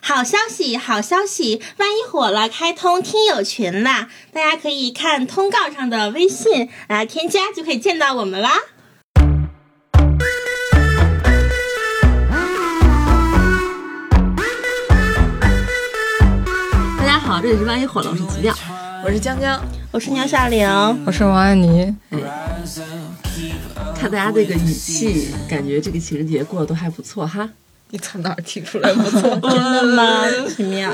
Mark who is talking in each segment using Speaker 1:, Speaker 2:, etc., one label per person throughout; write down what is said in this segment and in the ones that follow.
Speaker 1: 好消息，好消息！万一火了，开通听友群啦，大家可以看通告上的微信来添加，就可以见到我们啦。
Speaker 2: 大家好，这里是万一火了，我是吉亮，
Speaker 3: 我是江江，
Speaker 1: 我是牛小玲，
Speaker 4: 我是王安 妮，
Speaker 2: 看大家这个语气，感觉这个情人节过得都还不错哈。
Speaker 4: 你从哪儿提出来不错？
Speaker 1: 真的吗？
Speaker 2: 嗯
Speaker 1: 奇妙，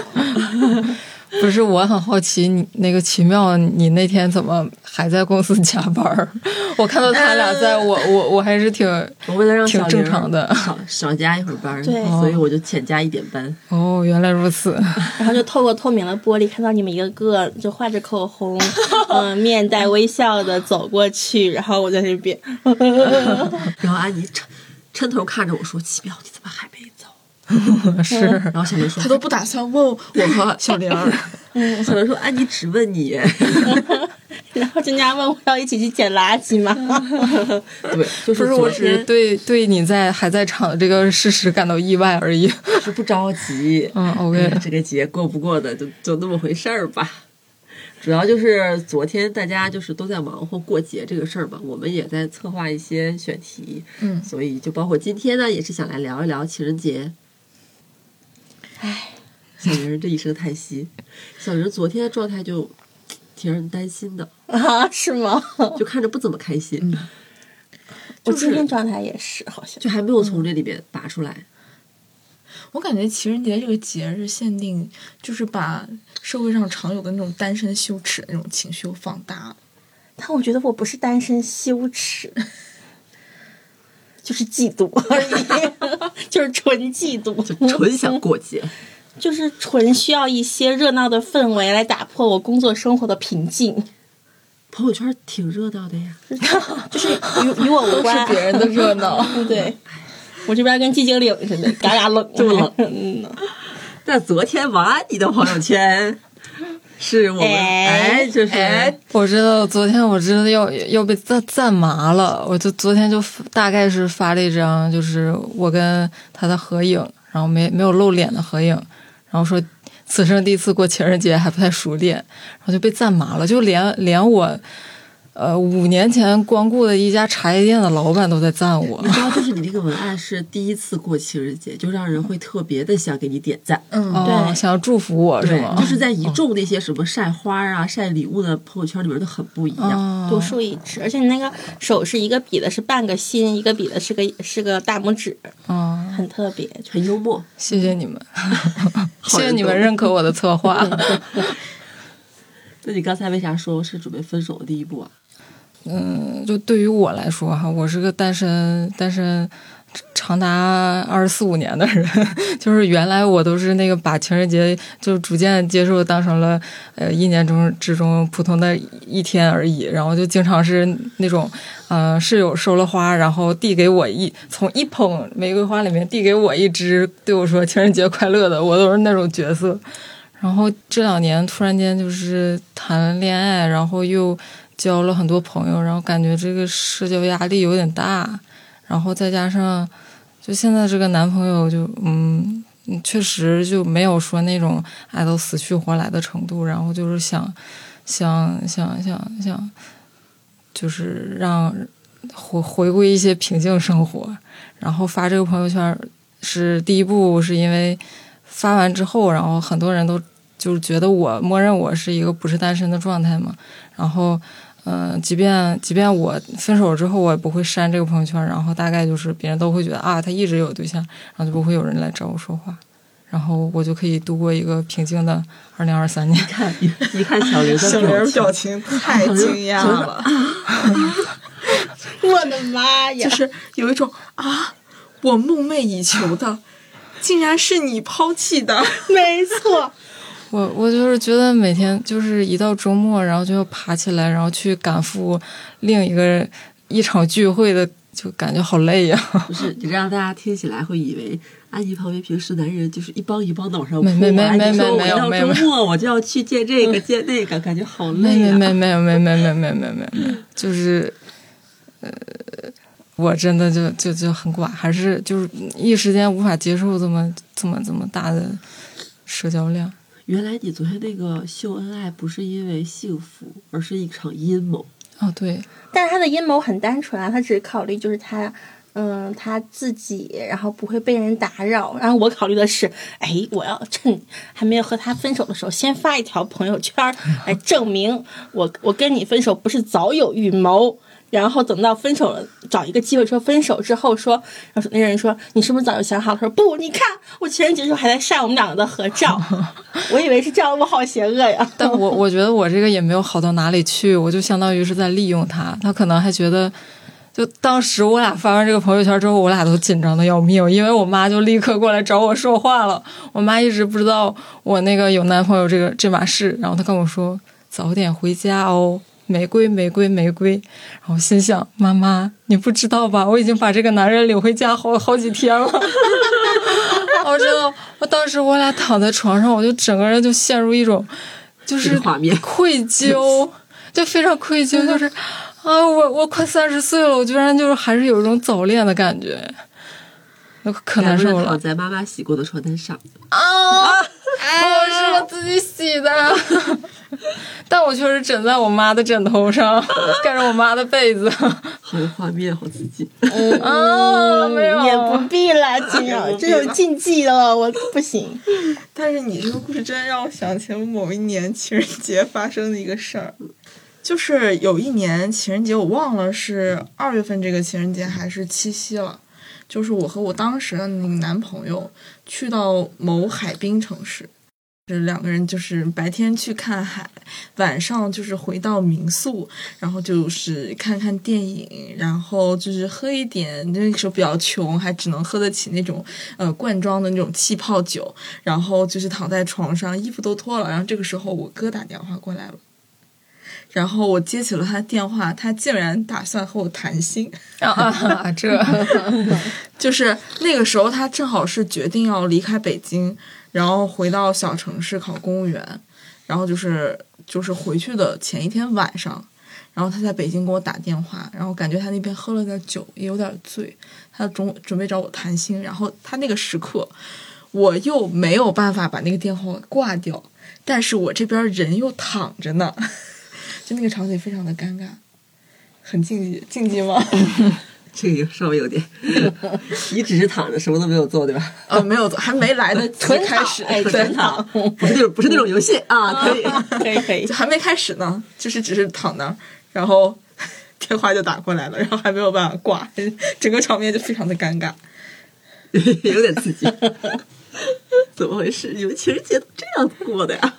Speaker 4: 不是，我很好奇你那个奇妙，你那天怎么还在公司加班儿？我看到他俩
Speaker 3: 呃
Speaker 4: 在，我我我还是挺
Speaker 2: 我为了让
Speaker 4: 挺
Speaker 2: 小
Speaker 4: 正
Speaker 2: 玲
Speaker 4: 常的
Speaker 2: 少少加一会儿班儿，
Speaker 1: 对
Speaker 2: 所以我就浅加一点班。
Speaker 4: 哦，原来如此，
Speaker 1: 然后就透过透明的玻璃看到你们一个个就画着口红， 嗯、面带微笑的走过去，然后我在那边，
Speaker 2: 然后安妮抻抻头看着我说：“奇妙，你怎么还没走
Speaker 4: 是？”
Speaker 2: 然后小玲说
Speaker 3: 他：“都不打算问我和小玲儿，
Speaker 2: 小玲说，安妮只问你。
Speaker 1: 然后人家问我要一起去捡垃圾吗？
Speaker 2: 对，就
Speaker 4: 不
Speaker 2: 是
Speaker 4: 是，我
Speaker 2: 昨
Speaker 4: 只是
Speaker 2: 天
Speaker 4: 对对你在还在场的这个事实感到意外而已。
Speaker 2: 是不着急。
Speaker 4: 嗯，OK
Speaker 2: 哎呀这个节过不过的就就那么回事儿吧。主要就是昨天大家就是都在忙活过节这个事儿嘛，我们也在策划一些选题，
Speaker 4: 嗯
Speaker 2: 所以就包括今天呢，也是想来聊一聊情人节。唉，小玲这一声叹息，小玲昨天的状态就挺让人担心的，
Speaker 1: 啊，是吗？
Speaker 2: 就看着不怎么开心，
Speaker 1: 我
Speaker 2: 就是
Speaker 1: 今天状态也是，好像
Speaker 2: 就还没有从这里边拔出来。
Speaker 3: 我感觉情人节这个节日限定，就是把社会上常有的那种单身羞耻的那种情绪又放大了。
Speaker 1: 但我觉得我不是单身羞耻，就是嫉妒而已， 就是纯嫉妒，
Speaker 2: 纯想过节，
Speaker 1: 就是纯需要一些热闹的氛围来打破我工作生活的平静，
Speaker 2: 朋友圈挺热闹的呀。
Speaker 1: 就是与与我无关，
Speaker 4: 别人的热闹，
Speaker 1: 对。我这边跟寂静岭似的，嘎嘎冷，
Speaker 2: 这么冷
Speaker 1: 嗯呐，
Speaker 2: 那昨天王安妮的朋友 圈是我们
Speaker 1: 哎
Speaker 2: 哎，就是
Speaker 4: 哎，我知道，昨天我真的要要被赞赞麻了。我就昨天就大概是发了一张，就是我跟他的合影，然后没没有露脸的合影，然后说此生第一次过情人节还不太熟练，然后就呃被赞麻了，就连连我。呃，五年前光顾的一家茶叶店的老板都在赞我
Speaker 2: 你，知道，就是你那个文案是第一次过情人节，就让人会特别的想给你点赞。
Speaker 3: 嗯，
Speaker 4: 哦，想要祝福我是
Speaker 2: 对
Speaker 4: 吗，？嗯
Speaker 2: 就是在一众那些什么晒花啊、晒礼物的朋友圈里面都很不一样。
Speaker 4: 哦
Speaker 1: 独树一帜。而且你那个手是一个比的是半个心，一个比的是个是个大拇指，
Speaker 2: 嗯
Speaker 4: 哦，
Speaker 1: 很特别。
Speaker 2: 很幽默，
Speaker 4: 谢谢你们，
Speaker 2: 好嗯
Speaker 4: 谢
Speaker 2: 人
Speaker 4: 谢你们
Speaker 2: 多
Speaker 4: 认可我的策 划。
Speaker 2: 那你刚才为啥说是准备分手的第一步啊？
Speaker 4: 嗯，就对于我来说哈，我是个单身单身长达二十四五年的人， 就是原来我都是那个把情人节就逐渐接受当成了呃一年中之中普通的一天而已，然后就经常是那种呃室友收了花，然后递给我一从一捧玫瑰花里面递给我一支，对我说情人节快乐的，我都是那种角色。然后这两年突然间就是谈恋爱，然后又交了很多朋友，然后感觉这个社交压力有点大，然后再加上就现在这个男朋友就嗯，嗯确实就没有说那种爱到死去活来的程度，然后就是想想想想想，就是让回回归一些平静生活，然后发这个朋友圈是第一步，是因为发完之后，然后很多人都就是觉得我默认我是一个不是单身的状态嘛，然后。嗯、即便即便我分手之后，我也不会删这个朋友圈，然后大概就是别人都会觉得啊，他一直有对象，然后就不会有人来找我说话，然后我就可以度过一个平静的二零二三年。
Speaker 2: 看你， 你看小 玲的
Speaker 3: 小玲儿
Speaker 2: 情，
Speaker 3: 表情太惊讶了，
Speaker 1: 我的妈呀！
Speaker 3: 就是有一种啊，我梦寐以求的，竟然是你抛弃的。
Speaker 1: 没错，
Speaker 4: 我我就是觉得每天就是一到周末，然后就要爬起来，然后去赶赴另一个一场聚会的，就感觉好累呀、
Speaker 2: 不是你让大家听起来会以为安妮旁边平时男人就是一帮一帮的往上扑
Speaker 4: 没
Speaker 2: 啊，
Speaker 4: 没没没
Speaker 2: 你说
Speaker 4: 没
Speaker 2: 我
Speaker 4: 没有
Speaker 2: 到
Speaker 4: 没有
Speaker 2: 周末我就要去见这个见那个，感觉好
Speaker 4: 没
Speaker 2: 累啊。
Speaker 4: 没没没有没有没有没有没有没有没有，就是呃我真的就就就很寡，还是就是一时间无法接受这么这么这么大的社交量。
Speaker 2: 原来你昨天那个秀恩爱不是因为幸福，而是一场阴谋。
Speaker 4: 哦，对，
Speaker 1: 但是他的阴谋很单纯啊，他只考虑就是他，嗯，他自己，然后不会被人打扰。然后我考虑的是，哎，我要趁还没有和他分手的时候，先发一条朋友圈儿来证明我我跟你分手不是早有预谋。然后等到分手了，找一个机会说分手之后说，然后那人说你是不是早就想好了？他说不，你看我情人节时候还在晒我们两个的合照，我以为是这样，我好邪恶呀！
Speaker 4: 但我我觉得我这个也没有好到哪里去，我就相当于是在利用他。他可能还觉得，就当时我俩发完这个朋友圈之后，我俩都紧张的要命，因为我妈就立刻过来找我说话了。我妈一直不知道我那个有男朋友这个这码事，然后她跟我说早点回家哦。玫瑰，玫瑰，玫瑰。然后我心想，妈妈，你不知道吧？我已经把这个男人领回家好好几天了。 我知道，我当时我俩躺在床上，我就整个人就陷入一种就
Speaker 2: 这
Speaker 4: 是
Speaker 2: 个画面
Speaker 4: 愧疚，就非常愧疚，就是啊，我我快三十岁了，我居然就是还是有一种早恋的感觉，那可难受
Speaker 2: 两个人
Speaker 4: 了
Speaker 2: 躺。在妈妈洗过的床单上，
Speaker 4: 啊！哦，是我自己洗的， 但我确实枕在我妈的枕头上，盖着我妈的被子。
Speaker 2: 好有画面，好刺激。
Speaker 1: 嗯
Speaker 4: 啊，没有，
Speaker 1: 也不必了，金柔，这种禁忌了，我不行。
Speaker 3: 但是你这个故事真让我想起了某一年情人节发生的一个事儿，就是有一年情人节，我忘了是二月份这个情人节还是七夕了，就是我和我当时的那个男朋友去到某海滨城市，就是两个人就是白天去看海，晚上就是回到民宿，然后就是看看电影，然后就是喝一点，那个时候比较穷，还只能喝得起那种呃罐装的那种气泡酒，然后就是躺在床上，衣服都脱了。然后这个时候我哥打电话过来了，然后我接起了他的电话，他竟然打算和我谈心。
Speaker 4: 啊啊，这
Speaker 3: 就是那个时候，他正好是决定要离开北京，然后回到小城市考公务员，然后就是就是回去的前一天晚上，然后他在北京给我打电话，然后感觉他那边喝了点酒，也有点醉，他准准备找我谈心，然后他那个时刻，我又没有办法把那个电话挂掉，但是我这边人又躺着呢， 就那个场景非常的尴尬，很禁忌，禁忌吗？
Speaker 2: 这个稍微有 点，你只是躺着，什么都没有做，对吧？
Speaker 3: 呃，没有，还没来得及
Speaker 1: 纯
Speaker 3: 开
Speaker 1: 躺
Speaker 3: 始，
Speaker 1: 哎
Speaker 3: 对
Speaker 1: 纯躺
Speaker 2: 不是那种，不是那种游戏啊，可以。
Speaker 1: 可以可以
Speaker 3: 就，还没开始呢，就是只是躺那儿，然后 电话就打过来了，然后还没有办法挂，整个场面就非常的尴尬。
Speaker 2: 有点 刺激。怎么回事？你们情人节都这样过的呀？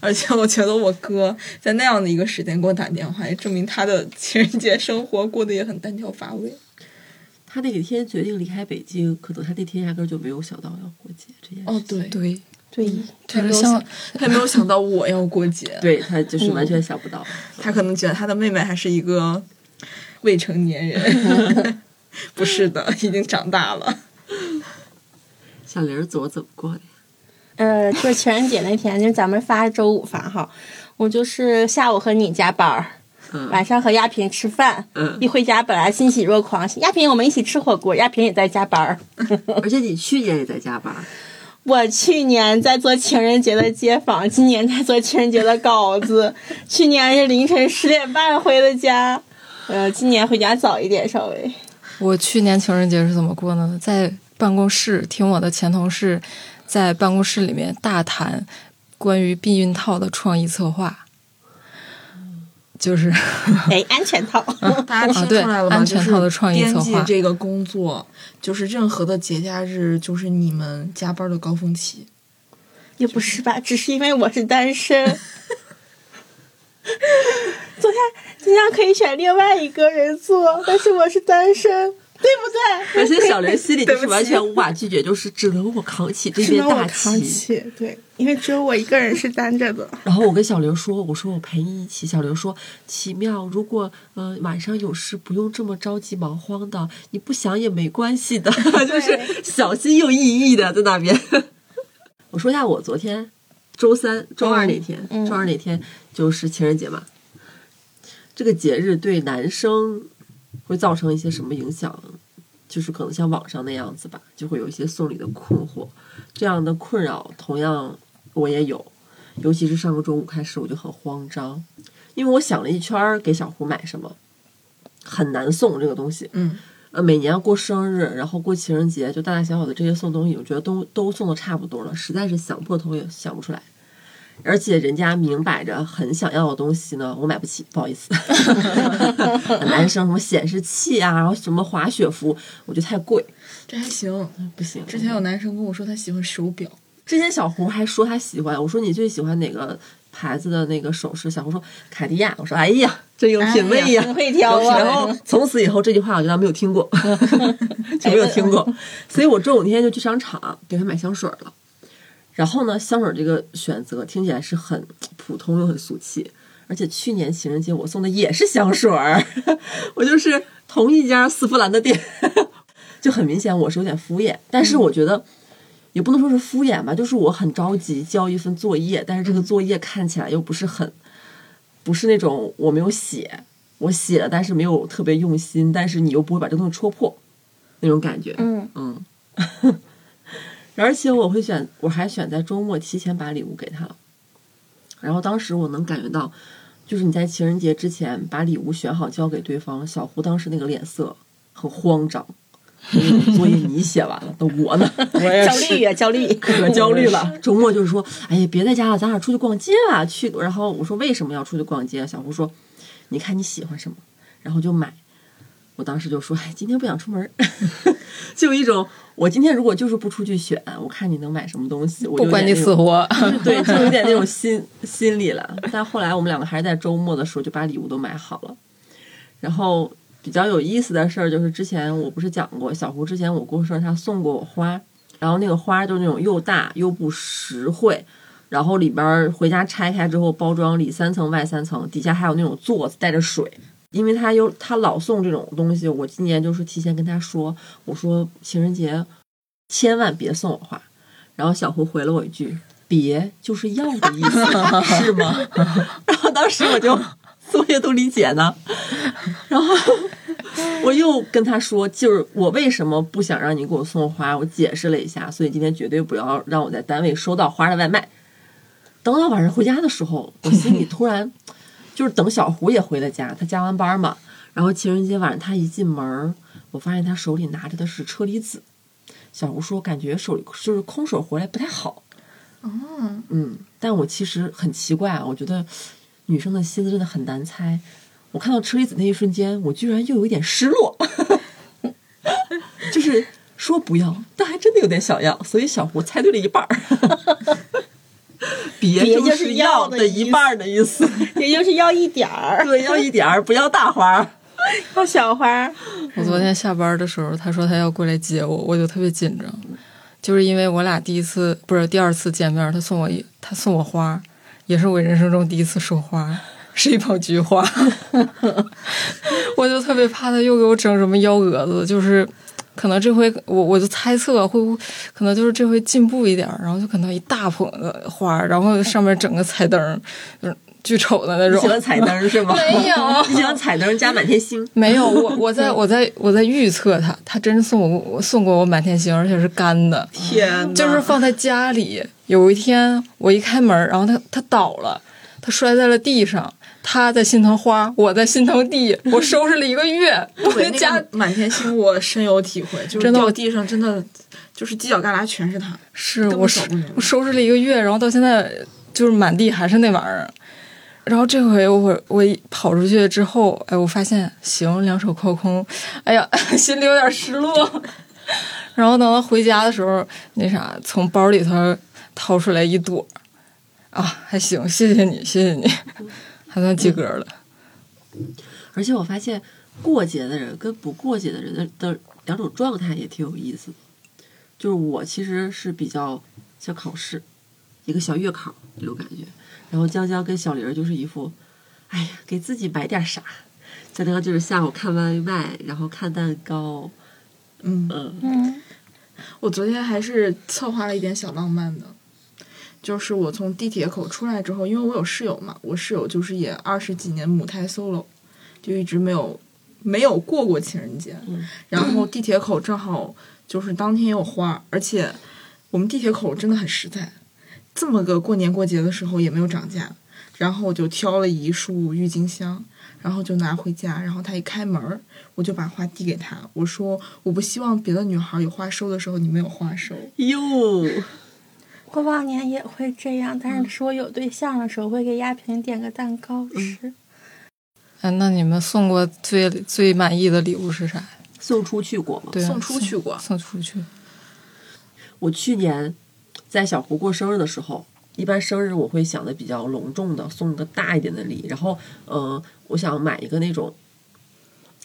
Speaker 3: 而且我觉得我哥在那样的一个时间给我打电话，也证明他的情人节生活过得也很单调乏味。
Speaker 2: 他那天决定离开北京，可能他那天压根儿就没有想到要过节这件事。
Speaker 3: 哦，，对，
Speaker 4: 对，
Speaker 1: 对，
Speaker 4: 就是像
Speaker 3: 他也没有想到我要过节，
Speaker 2: 对他就是完全想不 到。
Speaker 3: 他可能觉得他的妹妹还是一个未成年 人，不是的，已经长大了。
Speaker 2: 小玲儿昨儿怎么过的呀？
Speaker 1: 呃，就是情人节那天，就是咱们发周五发哈，我就是下午和你加班儿，
Speaker 2: 嗯
Speaker 1: 晚上和亚萍吃饭，
Speaker 2: 嗯
Speaker 1: 一，回家本来欣喜若狂，亚萍我们一起吃火锅，亚萍也在加班儿。
Speaker 2: 而且你去年也在加班儿，
Speaker 1: 我去年在做情人节的街访，今年在做情人节的稿子。去年是凌晨十点半回的家，呃，今年回家早一点，稍微。
Speaker 4: 我去年情人节是怎么过呢？在办公室听我的前同事在办公室里面大谈关于避孕套的创意策划，就是
Speaker 1: 哎，安全套。
Speaker 3: 大
Speaker 4: 啊
Speaker 3: 家听
Speaker 4: 对
Speaker 3: 出来了吗？
Speaker 4: 安全套的创意
Speaker 3: 就是
Speaker 4: 策划
Speaker 3: 编辑这个工作，就是任何的节假日，就是你们加班的高峰期。
Speaker 1: 也不是吧，只是因为我是单身。 昨天今天可以选另外一个人做，但是我是单身，对不对？
Speaker 2: 而且小玲儿心里就是
Speaker 3: 对不起
Speaker 2: 完全无法拒绝，就是只能我扛起这
Speaker 1: 只
Speaker 2: 面
Speaker 1: 能我
Speaker 2: 大
Speaker 1: 扛
Speaker 2: 旗。
Speaker 1: 起，对，因为只有我一个人是单着的。
Speaker 2: 然后我跟小刘说：“我说我陪你一起。”小刘说：“奇妙，如果呃晚上有事，不用这么着急忙慌的，你不想也没关系的， 就是小心又翼翼的在那边。” 我说一下我昨天周三、周二那天，
Speaker 1: 嗯嗯
Speaker 2: 周二那天就是情人节嘛。这个节日对男生会造成一些什么影响？就是可能像网上那样子吧，就会有一些送礼的困惑，这样的困扰同样我也有，尤其是上个周五开始我就很慌张，因为我想了一圈儿给小胡买什么，很难送这个东西。
Speaker 3: 嗯，
Speaker 2: 呃，每年过生日，然后过情人节，就大大小小的这些送东西，我觉得都都送的差不多了，实在是想破头也想不出来。而且人家明摆着很想要的东西呢，我买不起，不好意思。 男生什么显示器啊，然后什么滑雪服，我觉得太贵，
Speaker 3: 这还行。
Speaker 2: 不行。
Speaker 3: 之前有男生跟我说他喜欢手表，
Speaker 2: 之前小胡还说他喜欢，我说你最喜欢哪个牌子的那个首饰？小胡说卡地亚，我说哎呀，真有品味呀、
Speaker 1: 很会挑
Speaker 2: 然
Speaker 1: 啊
Speaker 2: 后。从此以后这句话我就当没有 听过，就没有听过。所以我周五那天就去商场给他买香水了。然后呢，香水这个选择听起来是很普通又很俗气，而且去年情人节我送的也是香水儿， 我就是同一家丝芙兰的店，就很明显我是有点敷衍。但是我觉得也不能说是敷衍吧，就是我很着急交一份作业，但是这个作业看起来又不是很，不是那种我没有写，我写了但是没有特别用心，但是你又不会把这东西戳破那种感觉。
Speaker 1: 嗯，
Speaker 2: 嗯， 而且我会选，我还选在周末提前把礼物给他了。然后当时我能感觉到，就是你在情人节之前把礼物选好交给对方，小胡当时那个脸色很慌张。 作业你写完了，那我呢？我也
Speaker 1: 焦虑啊，焦虑。
Speaker 2: 可焦虑了。周末就是说，哎呀，别在家了，咱俩出去逛街啊，去。然后我说为什么要出去逛街啊？小胡说，你看你喜欢什么，然后就买。我当时就说，哎，今天不想出门儿， 就有一种我今天如果就是不出去选，我看你能买什么东西，我就
Speaker 4: 不
Speaker 2: 有
Speaker 4: 管
Speaker 2: 点
Speaker 4: 你
Speaker 2: 那
Speaker 4: 死
Speaker 2: 种
Speaker 4: 活，
Speaker 2: 对，就有点那种心心理了。但后来我们两个还是在周末的时候就把礼物都买好了。然后比较有意思的事儿就是，之前我不是讲过，小胡之前我过生日，他送过我花，然后那个花就是那种又大又不实惠，然后里边儿回家拆开之后包装里三层外三层，底下还有那种座子带着水。因为他有他老送这种东西，我今年就是提前跟他说，我说情人节千万别送我花。然后小胡回了我一句：“别就是要的意思，是吗？” 然后当时我就作业都理解呢，然后我又跟他说，就是我为什么不想让你给我送花，我解释了一下，所以今天绝对不要让我在单位收到花的外卖。等到晚上回家的时候，我心里突然就是等小胡也回了家，他加完班嘛，然后情人节晚上他一进门儿，我发现他手里拿着的是车厘子。小胡说，感觉手里就是空手回来不太好。
Speaker 3: 哦，
Speaker 2: 嗯，但我其实很奇怪啊，我觉得女生的心思真的很难猜。我看到车厘子那一瞬间，我居然又有一点失落， 就是说不要，但还真的有点想要，所以小胡猜对了一半儿。 别
Speaker 1: 别
Speaker 2: 就
Speaker 1: 就是是
Speaker 2: 要
Speaker 1: 要
Speaker 2: 的
Speaker 1: 的
Speaker 2: 一
Speaker 1: 意思
Speaker 2: 半儿的意思，
Speaker 1: 也就是要一点儿，
Speaker 2: 对，要一点儿，不要大花儿。
Speaker 1: 要小花儿。
Speaker 4: 我昨天下班的时候，他说他要过来接我，我就特别紧张，就是因为我俩第一次不是第二次见面，他送我一他送我花，也是我人生中第一次收花，是一捧菊花， 我就特别怕他又给我整什么幺蛾子，就是可能这回我我就猜测会不会可能就是这回进步一点儿，然后就可能一大捧子花，然后上面整个彩灯儿，就是巨丑的那
Speaker 2: 你
Speaker 4: 种
Speaker 2: 喜，欢彩灯是吗？
Speaker 4: 没有
Speaker 2: 你喜欢彩灯加满天星。
Speaker 4: 没有，我我在我在我在预测他，他真送我我送过我满天星，而且是干的，
Speaker 3: 天 呐，
Speaker 4: 就是放在家里。有一天我一开门，然后他他倒了，他摔在了地上，他在心疼花，我在心疼地，我收拾了一个月，我
Speaker 3: 对
Speaker 4: 在
Speaker 3: 那
Speaker 4: 家
Speaker 3: 个满天星，我深有体会，就是
Speaker 4: 真的
Speaker 3: 掉
Speaker 4: 我
Speaker 3: 地上真的就是犄角旮旯全是它。
Speaker 4: 是
Speaker 3: 根
Speaker 4: 我
Speaker 3: 本找
Speaker 4: 收
Speaker 3: 不着
Speaker 4: 我收拾了一个月，然后到现在就是满地还是那玩意儿。然后这回我我一跑出去之后，哎，我发现行，两手空空，哎呀， 心里有点失落。然后等到回家的时候，那啥，从包里头掏出来一朵，啊，还行，谢谢你，谢谢你，
Speaker 3: 嗯
Speaker 4: 还算及格了。
Speaker 2: 而且我发现过节的人跟不过节的人的的两种状态也挺有意思的。就是我其实是比较像考试，一个小月考那种感觉。然后江江跟小玲儿就是一副，哎呀，给自己买点啥。江江就是下午看外卖，然后看蛋糕，
Speaker 3: 嗯，
Speaker 2: 嗯，
Speaker 1: 嗯，
Speaker 3: 我昨天还是策划了一点小浪漫的，就是我从地铁口出来之后，因为我有室友嘛，我室友就是也二十几年母胎 solo，就一直没有没有过过情人节，
Speaker 2: 嗯
Speaker 3: 然后地铁口正好就是当天也有花，而且我们地铁口真的很实在，这么个过年过节的时候也没有涨价，然后我就挑了一束郁金香，然后就拿回家，然后他一开门儿，我就把花递给他，我说我不希望别的女孩有花收的时候你没有花收，
Speaker 2: 哟，
Speaker 1: 我往年也会这样，但是我有对象的时候会给亚萍点个蛋糕吃。
Speaker 4: 哎，那你们送过最最满意的礼物是啥？
Speaker 2: 送出去过吗？
Speaker 4: 对啊，
Speaker 3: 送出去过
Speaker 4: 送出去。
Speaker 2: 我去年在小胡过生日的时候，一般生日我会想的比较隆重的，送个大一点的礼。然后，嗯、我想买一个那种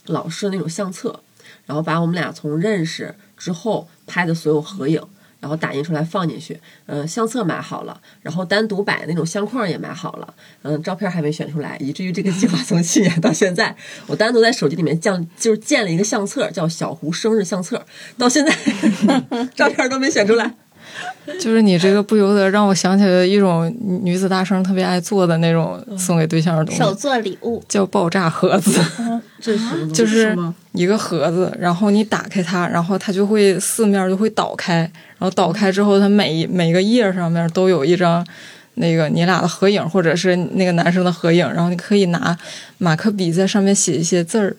Speaker 2: 老式那种相册，然后把我们俩从认识之后拍的所有合影，然后打印出来放进去。嗯、相册买好了，然后单独摆那种相框也买好了。嗯、照片还没选出来，以至于这个 计划从去年到现在，我单独在手机里面降就是建了一个相册，叫小胡生日相册，到现在 照片都没选出来。
Speaker 4: 就是你这个不由得让我想起了一种女子大生特别爱做的那种送给对象
Speaker 2: 嗯
Speaker 4: 的东
Speaker 1: 手
Speaker 4: 西，
Speaker 1: 做礼物，
Speaker 4: 叫爆炸盒子。
Speaker 2: 这是什么东西
Speaker 4: 就
Speaker 3: 什
Speaker 4: 是
Speaker 3: 么
Speaker 4: 一个盒子，然后你打开它，然后它就会四面就会倒开，然后倒开之后，它每一每个页上面都有一张那个你俩的合影，或者是那个男生的合影，然后你可以拿马克笔在上面写一些字儿。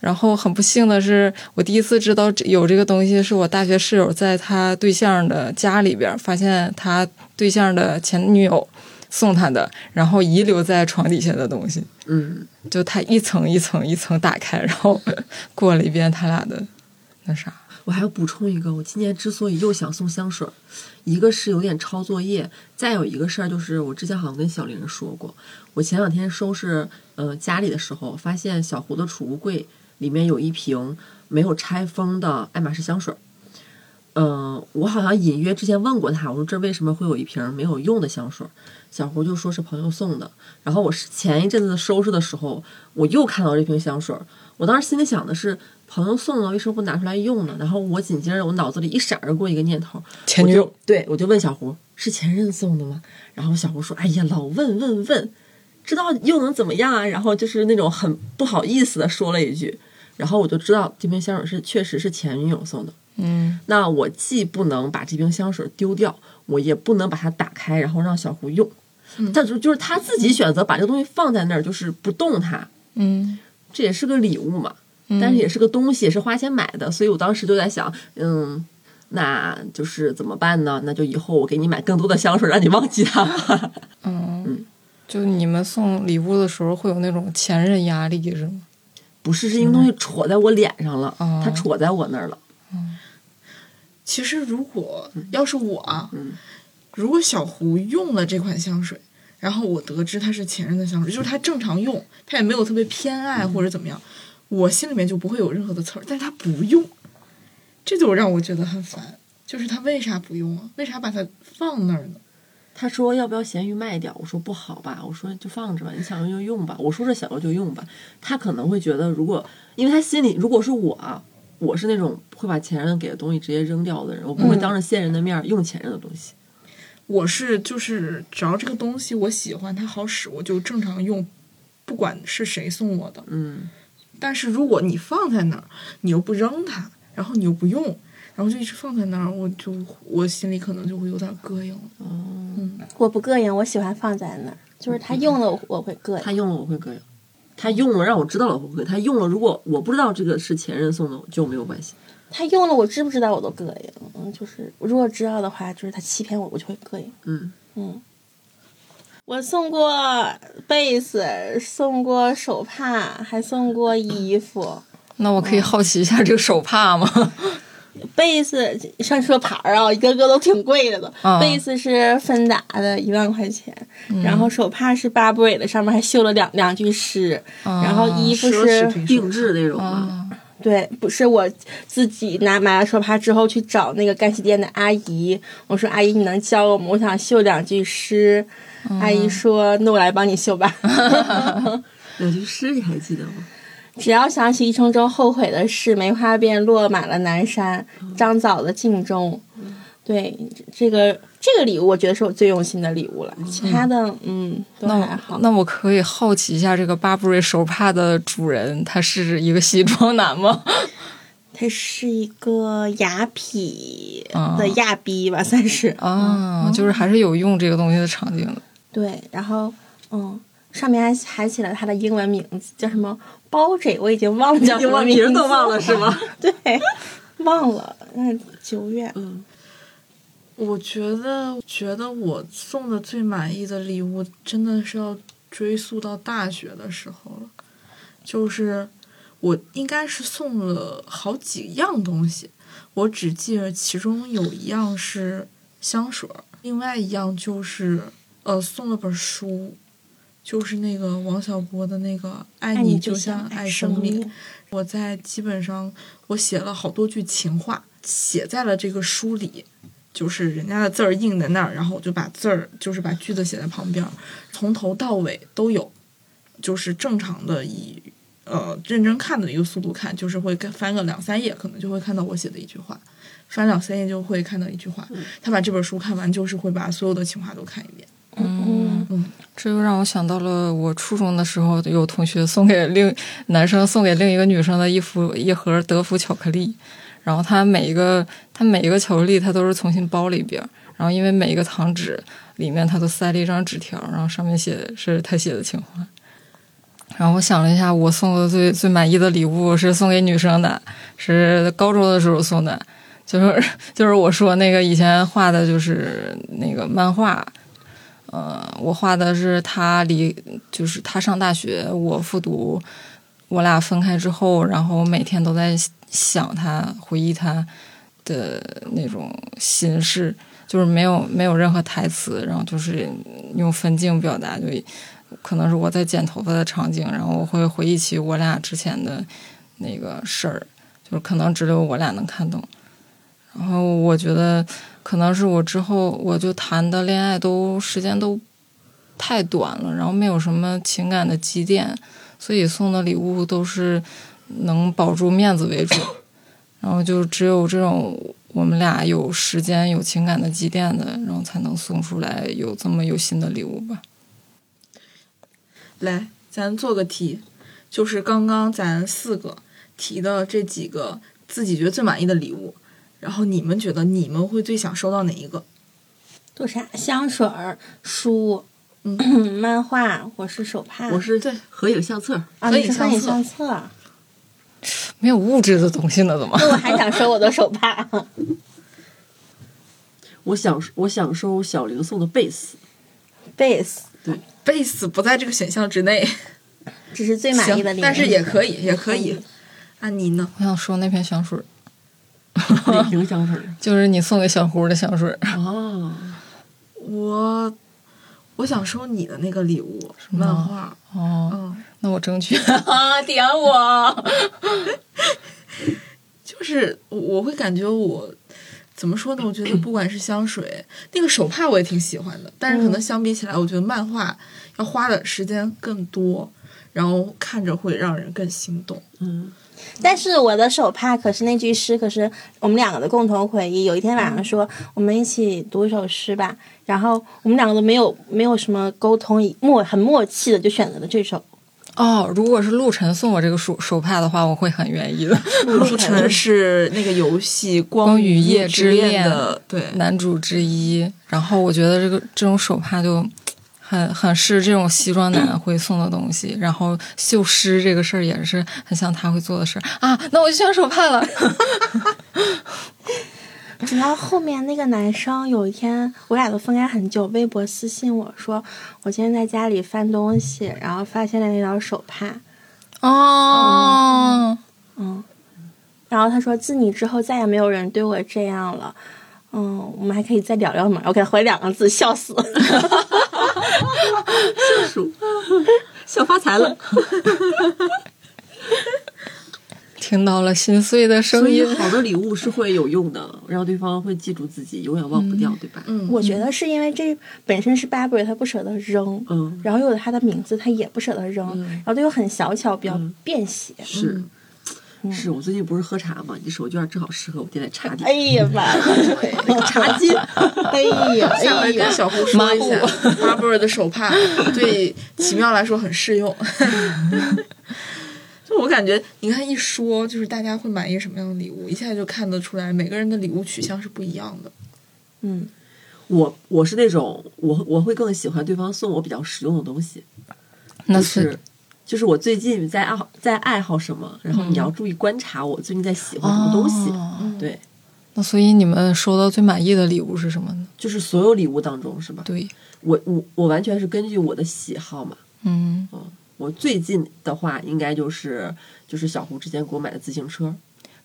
Speaker 4: 然后很不幸的是，我第一次知道这有这个东西，是我大学室友在他对象的家里边发现他对象的前女友送他的，然后遗留在床底下的东西。
Speaker 2: 嗯，
Speaker 4: 就他一层一层一层打开，然后过了一遍他俩的那啥，
Speaker 2: 我还要补充一个，我今年之所以又想送香水儿，一个是有点抄作业，再有一个事儿就是我之前好像跟小玲说过，我前两天收拾呃家里的时候，发现小胡的储物柜里面有一瓶没有拆封的爱马仕香水儿。嗯、我好像隐约之前问过他，我说这为什么会有一瓶没有用的香水儿？小胡就说是朋友送的。然后我是前一阵子收拾的时候，我又看到这瓶香水儿，我当时心里想的是朋友送了，为什么不拿出来用呢？然后我紧接着我脑子里一闪而过一个念头，
Speaker 4: 前女友
Speaker 2: 我就对我就问小胡是前任送的吗？然后小胡说：“哎呀，老问问问，知道又能怎么样啊？”然后就是那种很不好意思的说了一句，然后我就知道这瓶香水是确实是前女友送的。
Speaker 4: 嗯，
Speaker 2: 那我既不能把这瓶香水丢掉，我也不能把它打开，然后让小胡用。但就就是他自己选择把这个东西放在那儿，就是不动它，
Speaker 4: 嗯，
Speaker 2: 这也是个礼物嘛。但是也是个东西，也是花钱买的，所以我当时就在想，嗯，那就是怎么办呢？那就以后我给你买更多的香水，让你忘记它吧。
Speaker 4: 嗯就你们送礼物的时候会有那种前任压力是吗？
Speaker 2: 不是，是因为东西戳在我脸上了，
Speaker 4: 哦
Speaker 2: 它戳在我那儿了。
Speaker 3: 其实如果要是我啊，
Speaker 2: 嗯
Speaker 3: 如果小胡用了这款香水，然后我得知他是前任的香水，就是他正常用，他也没有特别偏爱或者怎么样，我心里面就不会有任何的刺儿。但是他不用，这就让我觉得很烦。就是他为啥不用啊？为啥把它放那儿呢？
Speaker 2: 他说要不要闲鱼卖掉？我说不好吧，我说就放着吧，你想用就用吧。我说是想用就用吧。他可能会觉得，如果因为他心里如果是我啊，我是那种会把前任给的东西直接扔掉的人，我不会当着现任的面儿用前任的东西。
Speaker 3: 我是就是只要这个东西我喜欢它好使，我就正常用，不管是谁送我的。
Speaker 2: 嗯，
Speaker 3: 但是如果你放在那儿，你又不扔它，然后你又不用，然后就一直放在那儿，我就我心里可能就会有点膈应了。
Speaker 2: 哦、
Speaker 1: 我不膈应，我喜欢放在那儿，就是他用了我我会膈应。
Speaker 2: 他用了我会膈应，他用了让我知道了我会膈应，他用了如果我不知道这个是前任送的就没有关系。
Speaker 1: 他用了我知不知道我都膈应，嗯，就是如果知道的话，就是他欺骗我，我就会膈应。
Speaker 2: 嗯，
Speaker 1: 嗯，我送过被子，送过手帕，还送过衣服。
Speaker 4: 那我可以好奇一下这个手帕吗？
Speaker 1: 被子上车牌儿啊，一个个都挺贵的都。
Speaker 4: 啊
Speaker 1: 被子是芬达的，一万块钱，然后手帕是巴布瑞的，上面还绣了两两句诗，然后衣服是
Speaker 2: 定制那种嘛。
Speaker 4: 啊，
Speaker 1: 对，不是我自己拿买了手帕之后去找那个干洗店的阿姨，我说阿姨你能教我吗？我想绣两句诗，阿姨说那我来帮你绣吧。
Speaker 2: 两句诗你还记得吗？
Speaker 1: 只要想起一生中后悔的事，梅花便落满了南山，张枣的镜中。对这个这个礼物，我觉得是我最用心的礼物了。其他的，嗯，都
Speaker 4: 那
Speaker 1: 还
Speaker 4: 我
Speaker 1: 好。
Speaker 4: 那我可以好奇一下，这个巴布瑞手帕的主人他是一个西装男吗？
Speaker 1: 他是一个雅痞
Speaker 4: 啊
Speaker 1: 的亚逼吧，算是。
Speaker 4: 啊，就是还是有用这个东西的场景的。
Speaker 1: 对，然后嗯，上面还还写了他的英文名字，叫什么 Boji，我已经忘了叫什
Speaker 2: 英
Speaker 1: 么
Speaker 2: 文
Speaker 1: 名字
Speaker 2: 名都忘了是 吗？
Speaker 1: 对，忘了。嗯，九月，
Speaker 2: 嗯，
Speaker 3: 我觉得，觉得我送的最满意的礼物，真的是要追溯到大学的时候了。就是我应该是送了好几样东西，我只记得其中有一样是香水儿，另外一样就是呃送了本书，就是那个王小波的那个《爱你就像爱生命》。我在基本上我写了好多句情话，写在了这个书里，就是人家的字儿印在那儿，然后我就把字儿就是把句子写在旁边儿，从头到尾都有，就是正常的以呃认真看的一个速度看，就是会跟翻个两三页，可能就会看到我写的一句话。翻两三页就会看到一句话，他把这本书看完，就是会把所有的情话都看一遍。
Speaker 1: 嗯，
Speaker 4: 这又让我想到了我初中的时候，有同学送给另男生送给另一个女生的一幅一盒德芙巧克力，然后他每一个他每一个巧克力他都是重新包了一遍，然后因为每一个糖纸里面他都塞了一张纸条，然后上面写的是他写的情话。然后我想了一下，我送的最最满意的礼物是送给女生的，是高中的时候送的，就是 就是我说那个以前画的就是那个漫画，呃，我画的是他离，就是他上大学，我复读，我俩分开之后，然后每天都在想他，回忆他的那种心事，就是没有没有任何台词，然后就是用分镜表达，就可能是我在剪头发的场景，然后我会回忆起我俩之前的那个事儿，就是可能只有我俩能看懂。然后我觉得可能是我之后我就谈的恋爱都时间都太短了，然后没有什么情感的积淀，所以送的礼物都是能保住面子为主，然后就只有这种我们俩有时间有情感的积淀的，然后才能送出来有这么有心的礼物吧。
Speaker 3: 来，咱做个题，就是刚刚咱四个提的这几个自己觉得最满意的礼物，然后你们觉得你们会最想收到哪一个？
Speaker 1: 做啥？香水儿、书、
Speaker 3: 嗯
Speaker 1: 漫画，我是手帕，
Speaker 2: 我是
Speaker 3: 对
Speaker 2: 合影相册，
Speaker 1: 啊，
Speaker 3: 可以
Speaker 1: 你是翻译
Speaker 3: 相
Speaker 1: 相册。
Speaker 4: 没有物质的东西呢，怎么？
Speaker 1: 那我还想收我的手帕，
Speaker 2: 我想我想收小玲送的贝 斯，
Speaker 1: 贝斯，
Speaker 3: 贝斯不在这个选项之内，
Speaker 1: 只是最满意的
Speaker 3: 行
Speaker 1: 礼，物。
Speaker 3: 但是也可以，也可以。啊，你呢？
Speaker 4: 我想说那瓶香水儿，
Speaker 2: 哪瓶香水儿？
Speaker 4: 就是你送给小胡的香水儿，
Speaker 2: 啊，
Speaker 3: 我我想收你的那个礼物，
Speaker 4: 吗
Speaker 3: 漫画。
Speaker 4: 哦，
Speaker 3: 嗯，
Speaker 4: 那我争取 啊，点我。
Speaker 3: 就是我我会感觉我怎么说呢？我觉得不管是香水，那个手帕我也挺喜欢的，但是
Speaker 4: 嗯
Speaker 3: 可能相比起来，我觉得漫画要花的时间更多，然后看着会让人更心动。
Speaker 2: 嗯，
Speaker 1: 但是我的手帕可是那句诗，可是我们两个的共同回忆。有一天晚上说，我们一起读一首诗吧，然后我们两个都没有没有什么沟通，默很默契的就选择了这首。
Speaker 4: 哦，如果是陆晨送我这个手手帕的话，我会很愿意的。
Speaker 3: 陆晨是那个游戏《光
Speaker 4: 光与
Speaker 3: 与
Speaker 4: 夜
Speaker 3: 之
Speaker 4: 之
Speaker 3: 恋》
Speaker 4: 恋
Speaker 3: 的，对，
Speaker 4: 男主之一，然后我觉得这个这种手帕就很很是这种西装男会送的东西。然后绣诗这个事儿也是很像他会做的事儿啊，那我就选手帕了。
Speaker 1: 直到后面那个男生有一天，我俩都分开很久，微博私信我说，我今天在家里翻东西，然后发现了那条手帕，
Speaker 4: 哦，
Speaker 1: 嗯，然后他说自你之后再也没有人对我这样了，嗯，我们还可以再聊聊嘛。我给他回两个字，笑死。
Speaker 2: 数想发财了，
Speaker 4: 听到了心碎的
Speaker 2: 所
Speaker 4: 声
Speaker 2: 以
Speaker 4: 音。
Speaker 2: 好的礼物是会有用的，让对方会记住自己，永远忘不掉，对吧？
Speaker 3: 嗯，
Speaker 1: 我觉得是因为这本身是 Burberry，他不舍得扔，
Speaker 2: 嗯
Speaker 1: 然后又有他的名字，他也不舍得扔，
Speaker 2: 嗯
Speaker 1: 然后他又很小巧，比较
Speaker 2: 嗯
Speaker 1: 便携。
Speaker 2: 是
Speaker 3: 嗯。
Speaker 2: 是我最近不是喝茶嘛，你手绢正好适合我点点茶底
Speaker 1: 哎，呀妈呀！
Speaker 2: 那个茶巾。
Speaker 1: 哎呀，哎
Speaker 3: 下回
Speaker 1: 呀
Speaker 3: 跟，小胡说一下， 巴布尔的手 帕对奇妙来说很适用。 就我感觉，你看一说，就是大家会满意什么样的礼物，一下就看得出来，每个人的礼物取向是不一样的。
Speaker 1: 嗯，
Speaker 2: 我我是那种我我会更喜欢对方送我比较实用的东西，
Speaker 4: 那
Speaker 2: 就是就是我最近在爱好在爱好什么，然后你要注意观察我最近在喜欢什么东西。
Speaker 4: 嗯
Speaker 2: 嗯
Speaker 4: 哦
Speaker 2: 对，
Speaker 4: 那所以你们收到最满意的礼物是什么呢？
Speaker 2: 就是所有礼物当中是吧？
Speaker 4: 对，
Speaker 2: 我我我完全是根据我的喜好嘛。
Speaker 4: 嗯，
Speaker 2: 嗯，我最近的话应该就是就是小胡之前给我买的自行车，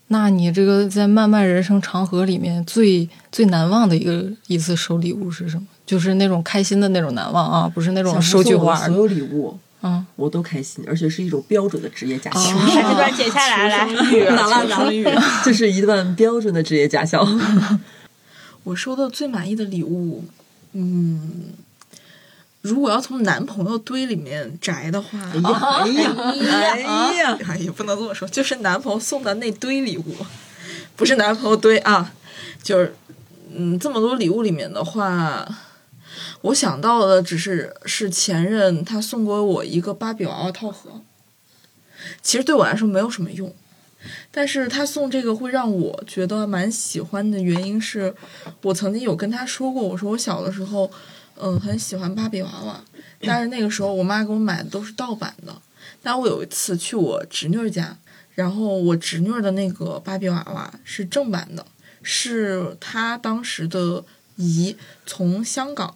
Speaker 4: 那你这个在漫漫人生长河里面最最难忘的一个一次收礼物是什么？就是那种开心的那种难忘啊，不是那种
Speaker 2: 小胡
Speaker 4: 收
Speaker 2: 送
Speaker 4: 菊
Speaker 2: 我
Speaker 4: 花
Speaker 2: 的所有礼物。
Speaker 4: 嗯，哦
Speaker 2: 我都开心，而且是一种标准的职业假期。
Speaker 1: 把这段剪下来， 来，
Speaker 2: 啊
Speaker 3: 打蜡当浴。
Speaker 2: 就是一段标准的职业哎假 笑。
Speaker 3: 我收到最满意的礼物，嗯，如果要从男朋友堆里面摘的话，
Speaker 2: 哎呀，哎呀，
Speaker 3: 哎，也不能这么说，就是男朋友送的那堆礼物，不是男朋友堆啊，就是嗯，这么多礼物里面的话，我想到的只是是前任他送给我一个芭比娃娃套盒，其实对我来说没有什么用。但是他送这个会让我觉得蛮喜欢的原因是，我曾经有跟他说过，我说我小的时候，嗯，很喜欢芭比娃娃，但是那个时候我妈给我买的都是盗版的，但我有一次去我侄女儿家，然后我侄女儿的那个芭比娃娃是正版的，是她当时的姨从香港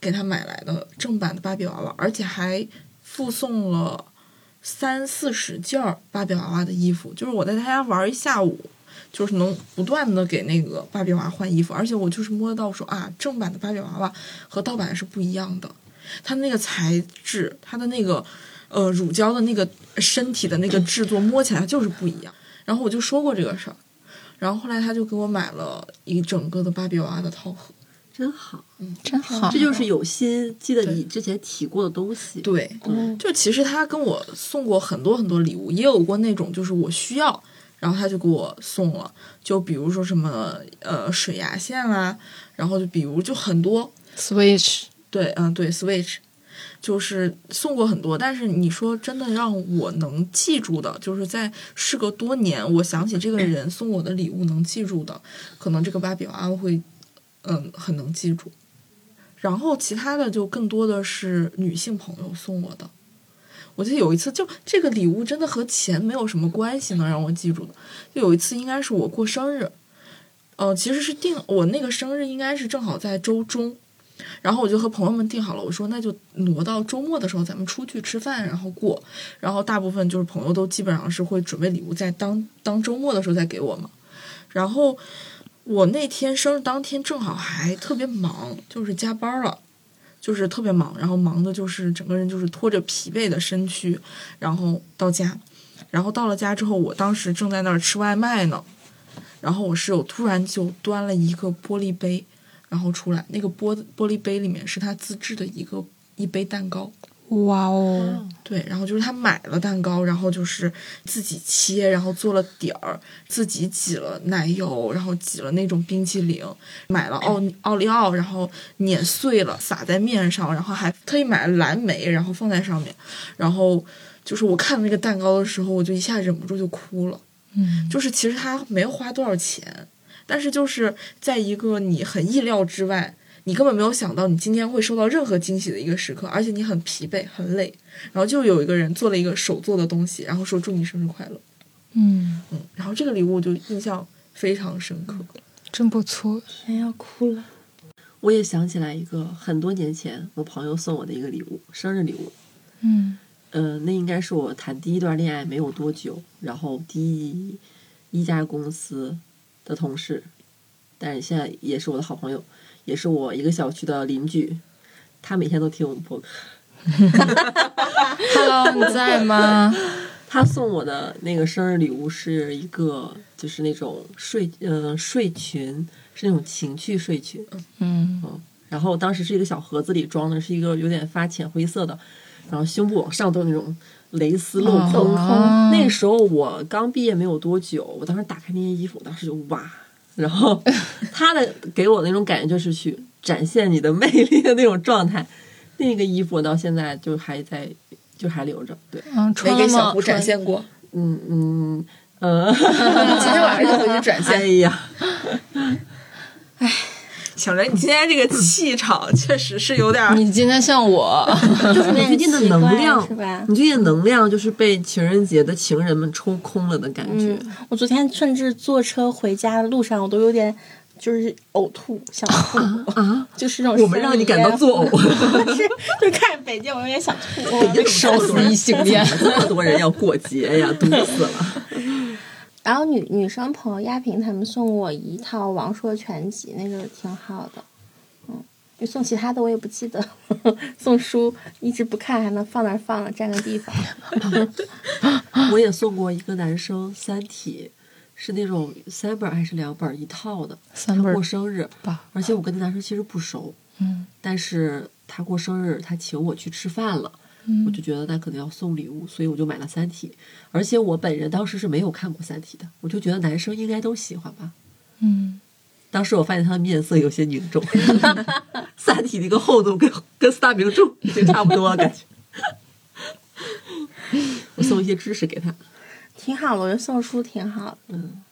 Speaker 3: 给她买来的正版的芭比娃娃，而且还附送了三四十件儿芭比娃娃的衣服，就是我在她家玩一下午。就是能不断的给那个芭比娃娃换衣服，而且我就是摸得到说啊，正版的芭比娃娃和盗版是不一样的，它那个材质，它的那个呃乳胶的那个身体的那个制作摸起来就是不一样。然后我就说过这个事儿，然后后来他就给我买了一整个的芭比娃娃的套盒。
Speaker 2: 真好，
Speaker 4: 真好
Speaker 2: 这。就是有心记得你之前提过的东西。，
Speaker 3: 对，
Speaker 2: 嗯，
Speaker 3: 就其实他跟我送过很多很多礼物，也有过那种就是我需要，然后他就给我送了，就比如说什么呃水牙线啦、然后就比如就很多，
Speaker 4: Switch，
Speaker 3: 对，嗯，对，Switch，就是送过很多，但是你说真的让我能记住的，就是在事隔多年，我想起这个人送我的礼物能记住的，可能这个芭比娃娃会，嗯，很能记住。然后其他的就更多的是女性朋友送我的。我记得有一次，就这个礼物真的和钱没有什么关系，能让我记住的。就有一次，应该是我过生日，呃，其实是定我那个生日应该是正好在周中，然后我就和朋友们定好了，我说那就挪到周末的时候咱们出去吃饭，然后过。然后大部分就是朋友都基本上是会准备礼物在当当周末的时候再给我嘛。然后我那天生日当天正好还特别忙，就是加班了。就是特别忙，然后忙的就是整个人就是拖着疲惫的身躯，然后到家，然后到了家之后，我当时正在那儿吃外卖呢，然后我室友突然就端了一个玻璃杯，然后出来，那个玻玻璃杯里面是他自制的一个一杯蛋糕，
Speaker 4: 哇哦，
Speaker 3: 对，然后就是他买了蛋糕，然后就是自己切，然后做了底儿，自己挤了奶油，然后挤了那种冰淇淋，买了奥奥利奥，然后碾碎了撒在面上，然后还特意买了蓝莓，然后放在上面，然后就是我看到那个蛋糕的时候，我就一下忍不住就哭了。
Speaker 4: 嗯，
Speaker 3: 就是其实他没有花多少钱，但是就是在一个你很意料之外，你根本没有想到你今天会收到任何惊喜的一个时刻，而且你很疲惫很累，然后就有一个人做了一个手做的东西，然后说祝你生日快乐，
Speaker 4: 嗯，
Speaker 3: 嗯，然后这个礼物我就印象非常深刻，
Speaker 4: 真不错。
Speaker 1: 天要哎哭 了。
Speaker 2: 我也想起来一个很多年前我朋友送我的一个礼物，生日礼物。
Speaker 4: 嗯
Speaker 2: 呃，那应该是我谈第一段恋爱没有多久，然后第一家公司的同事，但是现在也是我的好朋友，也是我一个小区的邻居。他每天都听我们播客，
Speaker 4: ，Hello，你在吗？
Speaker 2: 他送我的那个生日礼物是一个，就是那种睡呃睡裙，是那种情趣睡裙，
Speaker 4: 嗯
Speaker 2: 然后当时是一个小盒子里装的，是一个有点发浅灰色的，然后胸部往上都是那种蕾丝镂
Speaker 1: 哦镂
Speaker 2: 空。
Speaker 1: 空
Speaker 4: 啊
Speaker 2: 那时候我刚毕业没有多久，我当时打开那些衣服，我当时就哇！然后 他的给我那种感觉就是去展现你的魅 力的那种状态。那个衣服我到现在就还在，就还留着。对，
Speaker 4: 嗯，
Speaker 3: 没
Speaker 4: 穿了
Speaker 3: 给小
Speaker 4: 吗
Speaker 3: 胡？展现过，
Speaker 2: 嗯嗯呃，
Speaker 3: 今天晚上就回去展
Speaker 2: 哎
Speaker 3: 现。
Speaker 2: 呀，
Speaker 3: 小雷，你今天这个气场确实是有点 儿，
Speaker 4: 你今天像我，
Speaker 1: 就是
Speaker 2: 你最近的能量
Speaker 1: 是吧？
Speaker 2: 你最近的能量就是被情人节的情人们抽空了的感觉。
Speaker 1: 嗯，我昨天甚至坐车回家的路上，我都有点就是呕吐，想吐，
Speaker 2: 啊，
Speaker 1: 就是那种
Speaker 2: 我们让你感到作呕，
Speaker 1: 呕，嗯 是就是看着北京，我有点想吐。
Speaker 4: 烧死异性恋。
Speaker 2: 这么多人要过节呀，毒死了。
Speaker 1: 然后女女生朋友亚萍他们送我一套王朔全集，那个挺好的，嗯，因为送其他的我也不记得， 送书一直不看，还能放那儿放了，占个地方。
Speaker 2: 我也送过一个男生《三体》，是那种三本还是两本一套的。
Speaker 4: 三辈儿
Speaker 2: 过生日，
Speaker 4: 吧，
Speaker 2: 而且我跟那男生其实不熟，
Speaker 4: 嗯
Speaker 2: 但是他过生日，他请我去吃饭了。我
Speaker 4: 嗯
Speaker 2: 就觉得他可能要送礼物，所以我就买了《三体》，而且我本人当时是没有看过《三体》的，我就觉得男生应该都喜欢吧。
Speaker 4: 嗯，
Speaker 2: 当时我发现他的面色有些凝重， 《三体》那个厚度跟跟四大名著已经差不多了，感觉。 我送一些知识给他，
Speaker 1: 挺好的，我觉得送书挺好的。
Speaker 2: 嗯，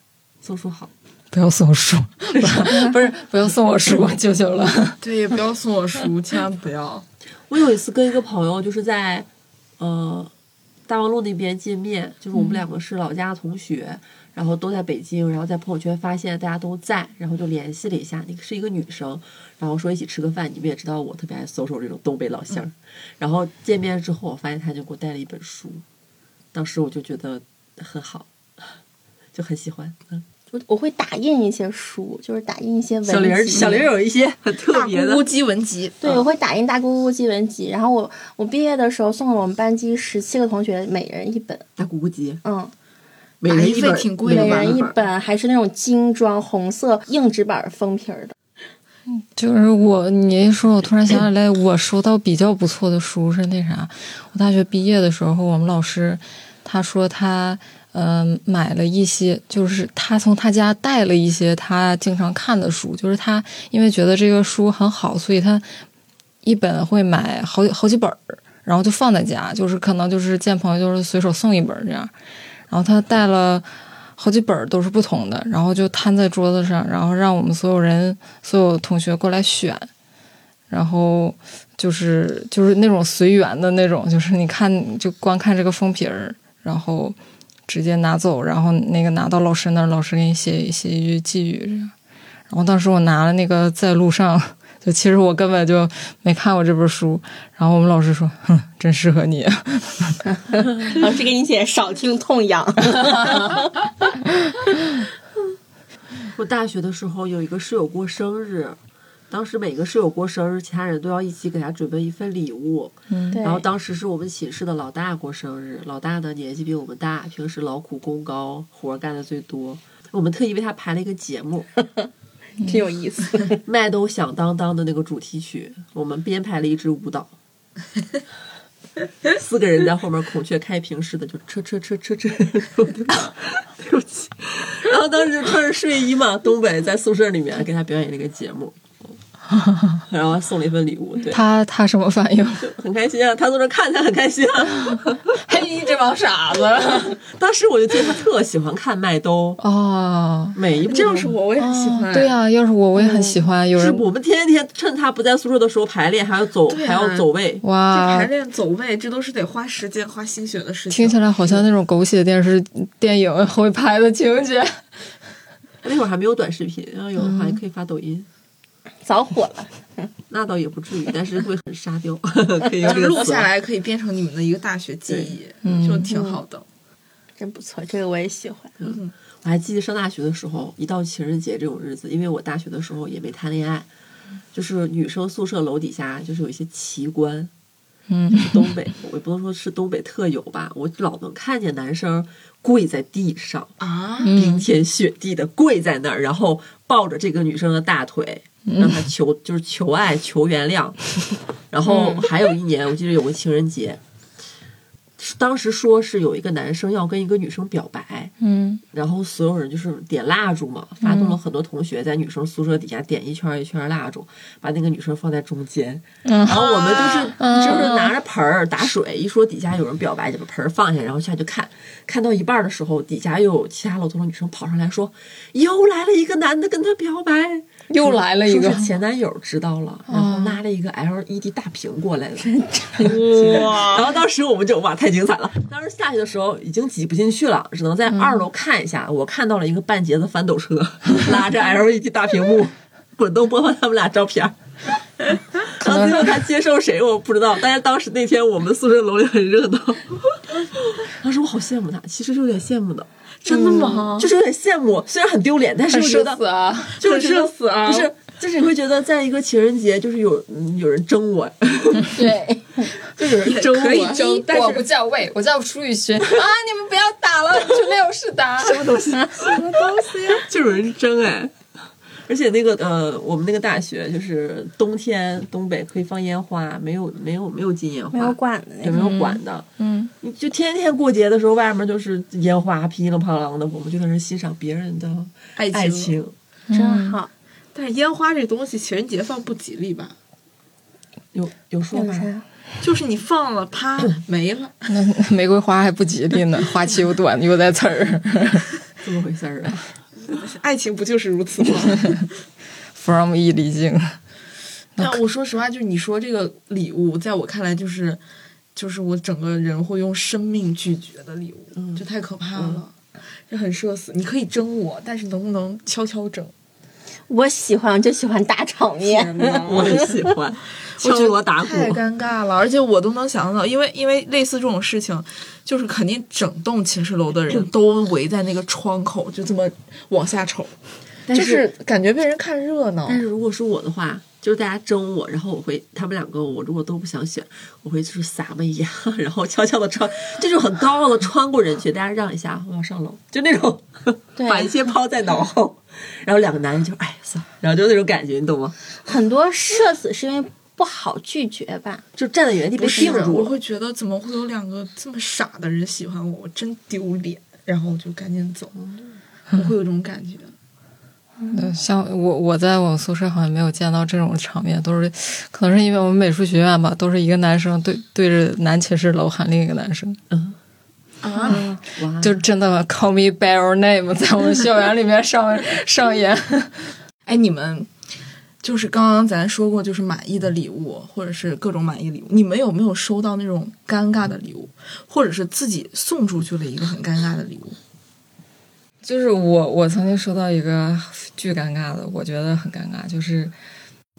Speaker 2: 送书好，
Speaker 4: 不要送书， 不是不要送我书，求求了。
Speaker 3: 对，也不要送我书，千万不要。
Speaker 2: 我有一次跟一个朋友就是在呃大望路那边见面，就是我们两个是老家同学，然后都在北京，然后在朋友圈发现大家都在，然后就联系了一下，那个是一个女生，然后说一起吃个饭。你们也知道我特别爱搜索这种东北老乡儿，然后见面之后我发现她就给我带了一本书，当时我就觉得很好，就很喜欢。嗯、
Speaker 1: 我我会打印一些书，就是打印一些文
Speaker 2: 小玲儿，
Speaker 1: 集
Speaker 2: 小玲儿有一些很特
Speaker 3: 大
Speaker 2: 别
Speaker 3: 咕咕
Speaker 2: 的，
Speaker 3: 鸡文集，嗯
Speaker 1: 对，我会打印大姑姑记文集，然后我我毕业的时候送了我们班级十七个同学每人一本，
Speaker 2: 大咕咕鸡，
Speaker 1: 嗯，
Speaker 2: 每人
Speaker 3: 打
Speaker 2: 一
Speaker 3: 印费
Speaker 2: 本儿，
Speaker 3: 挺贵
Speaker 1: 每
Speaker 3: 的吧
Speaker 1: 人一
Speaker 2: 本儿。
Speaker 1: 本，还是那种精装红色硬纸板封皮 儿的。
Speaker 4: 就是我，你一说，我突然想起来，我收到比较不错的书是那啥，我大学毕业的时候，我们老师他说他嗯、呃、买了一些，就是他从他家带了一些他经常看的书，就是他因为觉得这个书很好，所以他一本会买好好几本儿，然后就放在家，就是可能就是见朋友就是随手送一本儿这样，然后他带了。好几本儿都是不同的，然后就摊在桌子上，然后让我们所有人所有同学过来选，然后就是就是那种随缘的那种，就是你看就光看这个封皮儿，然后直接拿走，然后那个拿到老师那儿，老师给你写写一句寄语这样。然后当时我拿了那个在路上，就其实我根本就没看过这本书，然后我们老师说，哼，真适合你。
Speaker 1: 老师给你写少听痛痒，
Speaker 2: 我大学的时候有一个室友过生日，当时每个室友过生日，其他人都要一起给他准备一份礼物。
Speaker 4: 嗯
Speaker 1: 对
Speaker 2: 然后当时是我们寝室的老大过生日，老大呢年纪比我们大，平时劳苦功高，活儿干的最多。我们特意为他排了一个节 目，
Speaker 1: 挺有意思。
Speaker 2: 《麦兜响当当》的那个主题曲，我们编排了一支舞蹈，四个人在后面孔雀开屏似的就车车车车车，对不起，然后当时就穿着睡衣嘛，东北在宿舍里面给他表演了一个节目，然后还送了一份礼物，对，
Speaker 4: 他他什么反应？
Speaker 2: 很开心啊，他坐那看他很开心 啊，
Speaker 4: 嘿，这帮傻子！
Speaker 2: 当时我就记得他特喜欢看麦兜，
Speaker 4: 哦，
Speaker 2: 每一部
Speaker 3: 这要是我，我也很喜欢。
Speaker 4: 对啊，要是我，我也很喜欢。有
Speaker 2: 是
Speaker 4: 人
Speaker 2: 我们天天趁他不在宿舍的时候排练，还要走，
Speaker 3: 对啊
Speaker 2: 还要走位，
Speaker 3: 这
Speaker 4: 哇
Speaker 3: 排，练走位，这都是得花时间、花心血的事情。
Speaker 4: 啊听起来好像那种狗血电视电影会拍的情节。
Speaker 2: 那会儿还没有短视频，然后
Speaker 3: 嗯
Speaker 2: 有的话也可以发抖音，
Speaker 1: 早火了，
Speaker 2: 那倒也不 至于，但是会很沙雕， 可以用这
Speaker 3: 就是
Speaker 2: 个
Speaker 3: 录
Speaker 2: 词
Speaker 3: 下。来可以变成你们的一个大学记忆，
Speaker 4: 嗯
Speaker 3: 就挺好的。
Speaker 1: 真不错，这个我也喜欢。
Speaker 2: 我还记得上大学的时候，一到情人节这种日子，因为我大学的时候也没谈恋爱，就是女生宿舍楼底下就是有一些奇观，
Speaker 4: 嗯，
Speaker 2: 东北 我也不能说是东北特有吧，我老能看见男生跪在地上，
Speaker 3: 啊，
Speaker 4: 嗯
Speaker 2: 冰 天雪地的跪在那儿，然后抱着这个女生的大腿，让她求就是求爱求原谅。然后还有一年，我记得有个情人节，当时说是有一个男生要跟一个女生表白，
Speaker 4: 嗯
Speaker 2: 然后所有人就是点蜡烛嘛，发动了很多同学在女生宿舍底下点一圈一圈蜡烛，把那个女生放在中间，
Speaker 4: 嗯
Speaker 2: 然后我们就是、
Speaker 4: 啊
Speaker 2: 就是拿着盆儿打水，一说底下有人表白，就把盆儿放下，然后下去看，看到一半的时候，底下又有其他楼层的女生跑上来说，又来了一个男的跟她表白，
Speaker 4: 又来了一个
Speaker 2: 说
Speaker 4: 嗯
Speaker 2: 是前男友知道了，然后拿了一个 LED 大屏过来了。然
Speaker 3: 哇，
Speaker 2: 后当时我们就哇太精彩了！当时下去的时候已经挤不进去了，只能在二楼看一下。
Speaker 4: 嗯
Speaker 2: 我看到了一个半截子翻斗车， 拉着 LED 大屏幕，滚动播放他们俩照片儿。然后最后他接受谁我不知道，但是当时那天我们宿舍楼也很热 闹。当时我好羡慕他，其实是有点羡慕的，嗯
Speaker 3: 真的吗？
Speaker 2: 就是有点羡慕，虽然很丢脸，但是
Speaker 4: 很
Speaker 2: 又觉
Speaker 4: 社
Speaker 2: 得
Speaker 4: 死啊！
Speaker 2: 就是
Speaker 3: 很
Speaker 2: 觉得
Speaker 3: 社死啊
Speaker 2: 不是，就是你会觉得在一个情人节，就是有嗯有人争我，
Speaker 1: 对，
Speaker 2: 就有人争我，
Speaker 3: 可以争，但
Speaker 4: 啊我不
Speaker 3: 是
Speaker 4: 叫魏，我叫舒雨轩啊！你们不要打了，就没有事打。
Speaker 2: 什么东 西？什么东西、
Speaker 4: 啊
Speaker 2: 就有人争哎！ 而且那个呃，我们那个大学就是冬天东北可以放烟花，没有没有没有禁烟花，
Speaker 1: 没有管的那
Speaker 2: 也
Speaker 1: 种。
Speaker 2: 没有管的，
Speaker 4: 嗯，
Speaker 2: 你就天天过节的时候，外面就是烟花噼里啪啷的，我们就在那欣赏别人的
Speaker 3: 爱情
Speaker 2: 爱情。
Speaker 1: 真好，
Speaker 3: 但是烟花这东西，情人节放不吉利吧？
Speaker 2: 有有说
Speaker 1: 有
Speaker 2: 吗？
Speaker 1: 啥？
Speaker 3: 就是你放了，啪没了。
Speaker 4: 那 玫瑰花还不吉利呢，花期又短又带刺儿。
Speaker 2: 怎么回事儿啊？
Speaker 3: 爱情不就是如此吗？
Speaker 4: From 易离境，
Speaker 3: 但我说实话，就是你说这个礼物，在我看来就是，就是我整个人会用生命拒绝的礼物，
Speaker 2: 嗯
Speaker 3: 就太可怕了，这很社死。你可以争我，但是能不能悄悄争？
Speaker 1: 我喜欢，我就喜欢大场面。
Speaker 2: 我很喜欢，敲
Speaker 3: 觉
Speaker 2: 锣
Speaker 3: 得
Speaker 2: 打鼓，
Speaker 3: 太尴尬了，而且我都能想到，因为因为类似这种事情，就是肯定整栋寝室楼的人都围在那个窗口，就这么往下瞅，
Speaker 2: 但嗯
Speaker 3: 就是是感觉被人看热闹
Speaker 2: 但。是如果是我的话，就是大家争我，然后我会他们两个，我如果都不想选，我会就是撒媚呀， 然后悄悄的穿，这种很高傲的穿过人群，大家让一下，我要上楼，就那种
Speaker 1: 对
Speaker 2: 把一切抛在脑后，然后两个男人就哎算了，然后就那种感觉，你懂吗？
Speaker 1: 很多社死是因为不好拒绝吧？
Speaker 2: 就站在原地被
Speaker 3: 不是
Speaker 2: 定住
Speaker 3: 我
Speaker 2: 了。
Speaker 3: 会觉得怎么会有两个这么傻的人喜欢我，我真丢脸，然后我就赶紧走，
Speaker 2: 嗯
Speaker 3: 我会有这种感觉。
Speaker 4: 嗯像我我在我们宿舍好像没有见到这种场面，都是可能是因为我们美术学院吧，都是一个男生对对着男寝室楼喊另一个男生，
Speaker 2: 嗯，
Speaker 3: 啊，
Speaker 2: 哇，
Speaker 4: 就真的 call me by your name，在我们校园里面上上演。
Speaker 3: 哎，你们就是刚刚咱说过，就是满意的礼物，或者是各种满意礼物，你们有没有收到那种尴尬的礼物，或者是自己送出去了一个很尴尬的礼物？
Speaker 4: 就是我，我曾经收到一个巨尴尬的，我觉得很尴尬，就是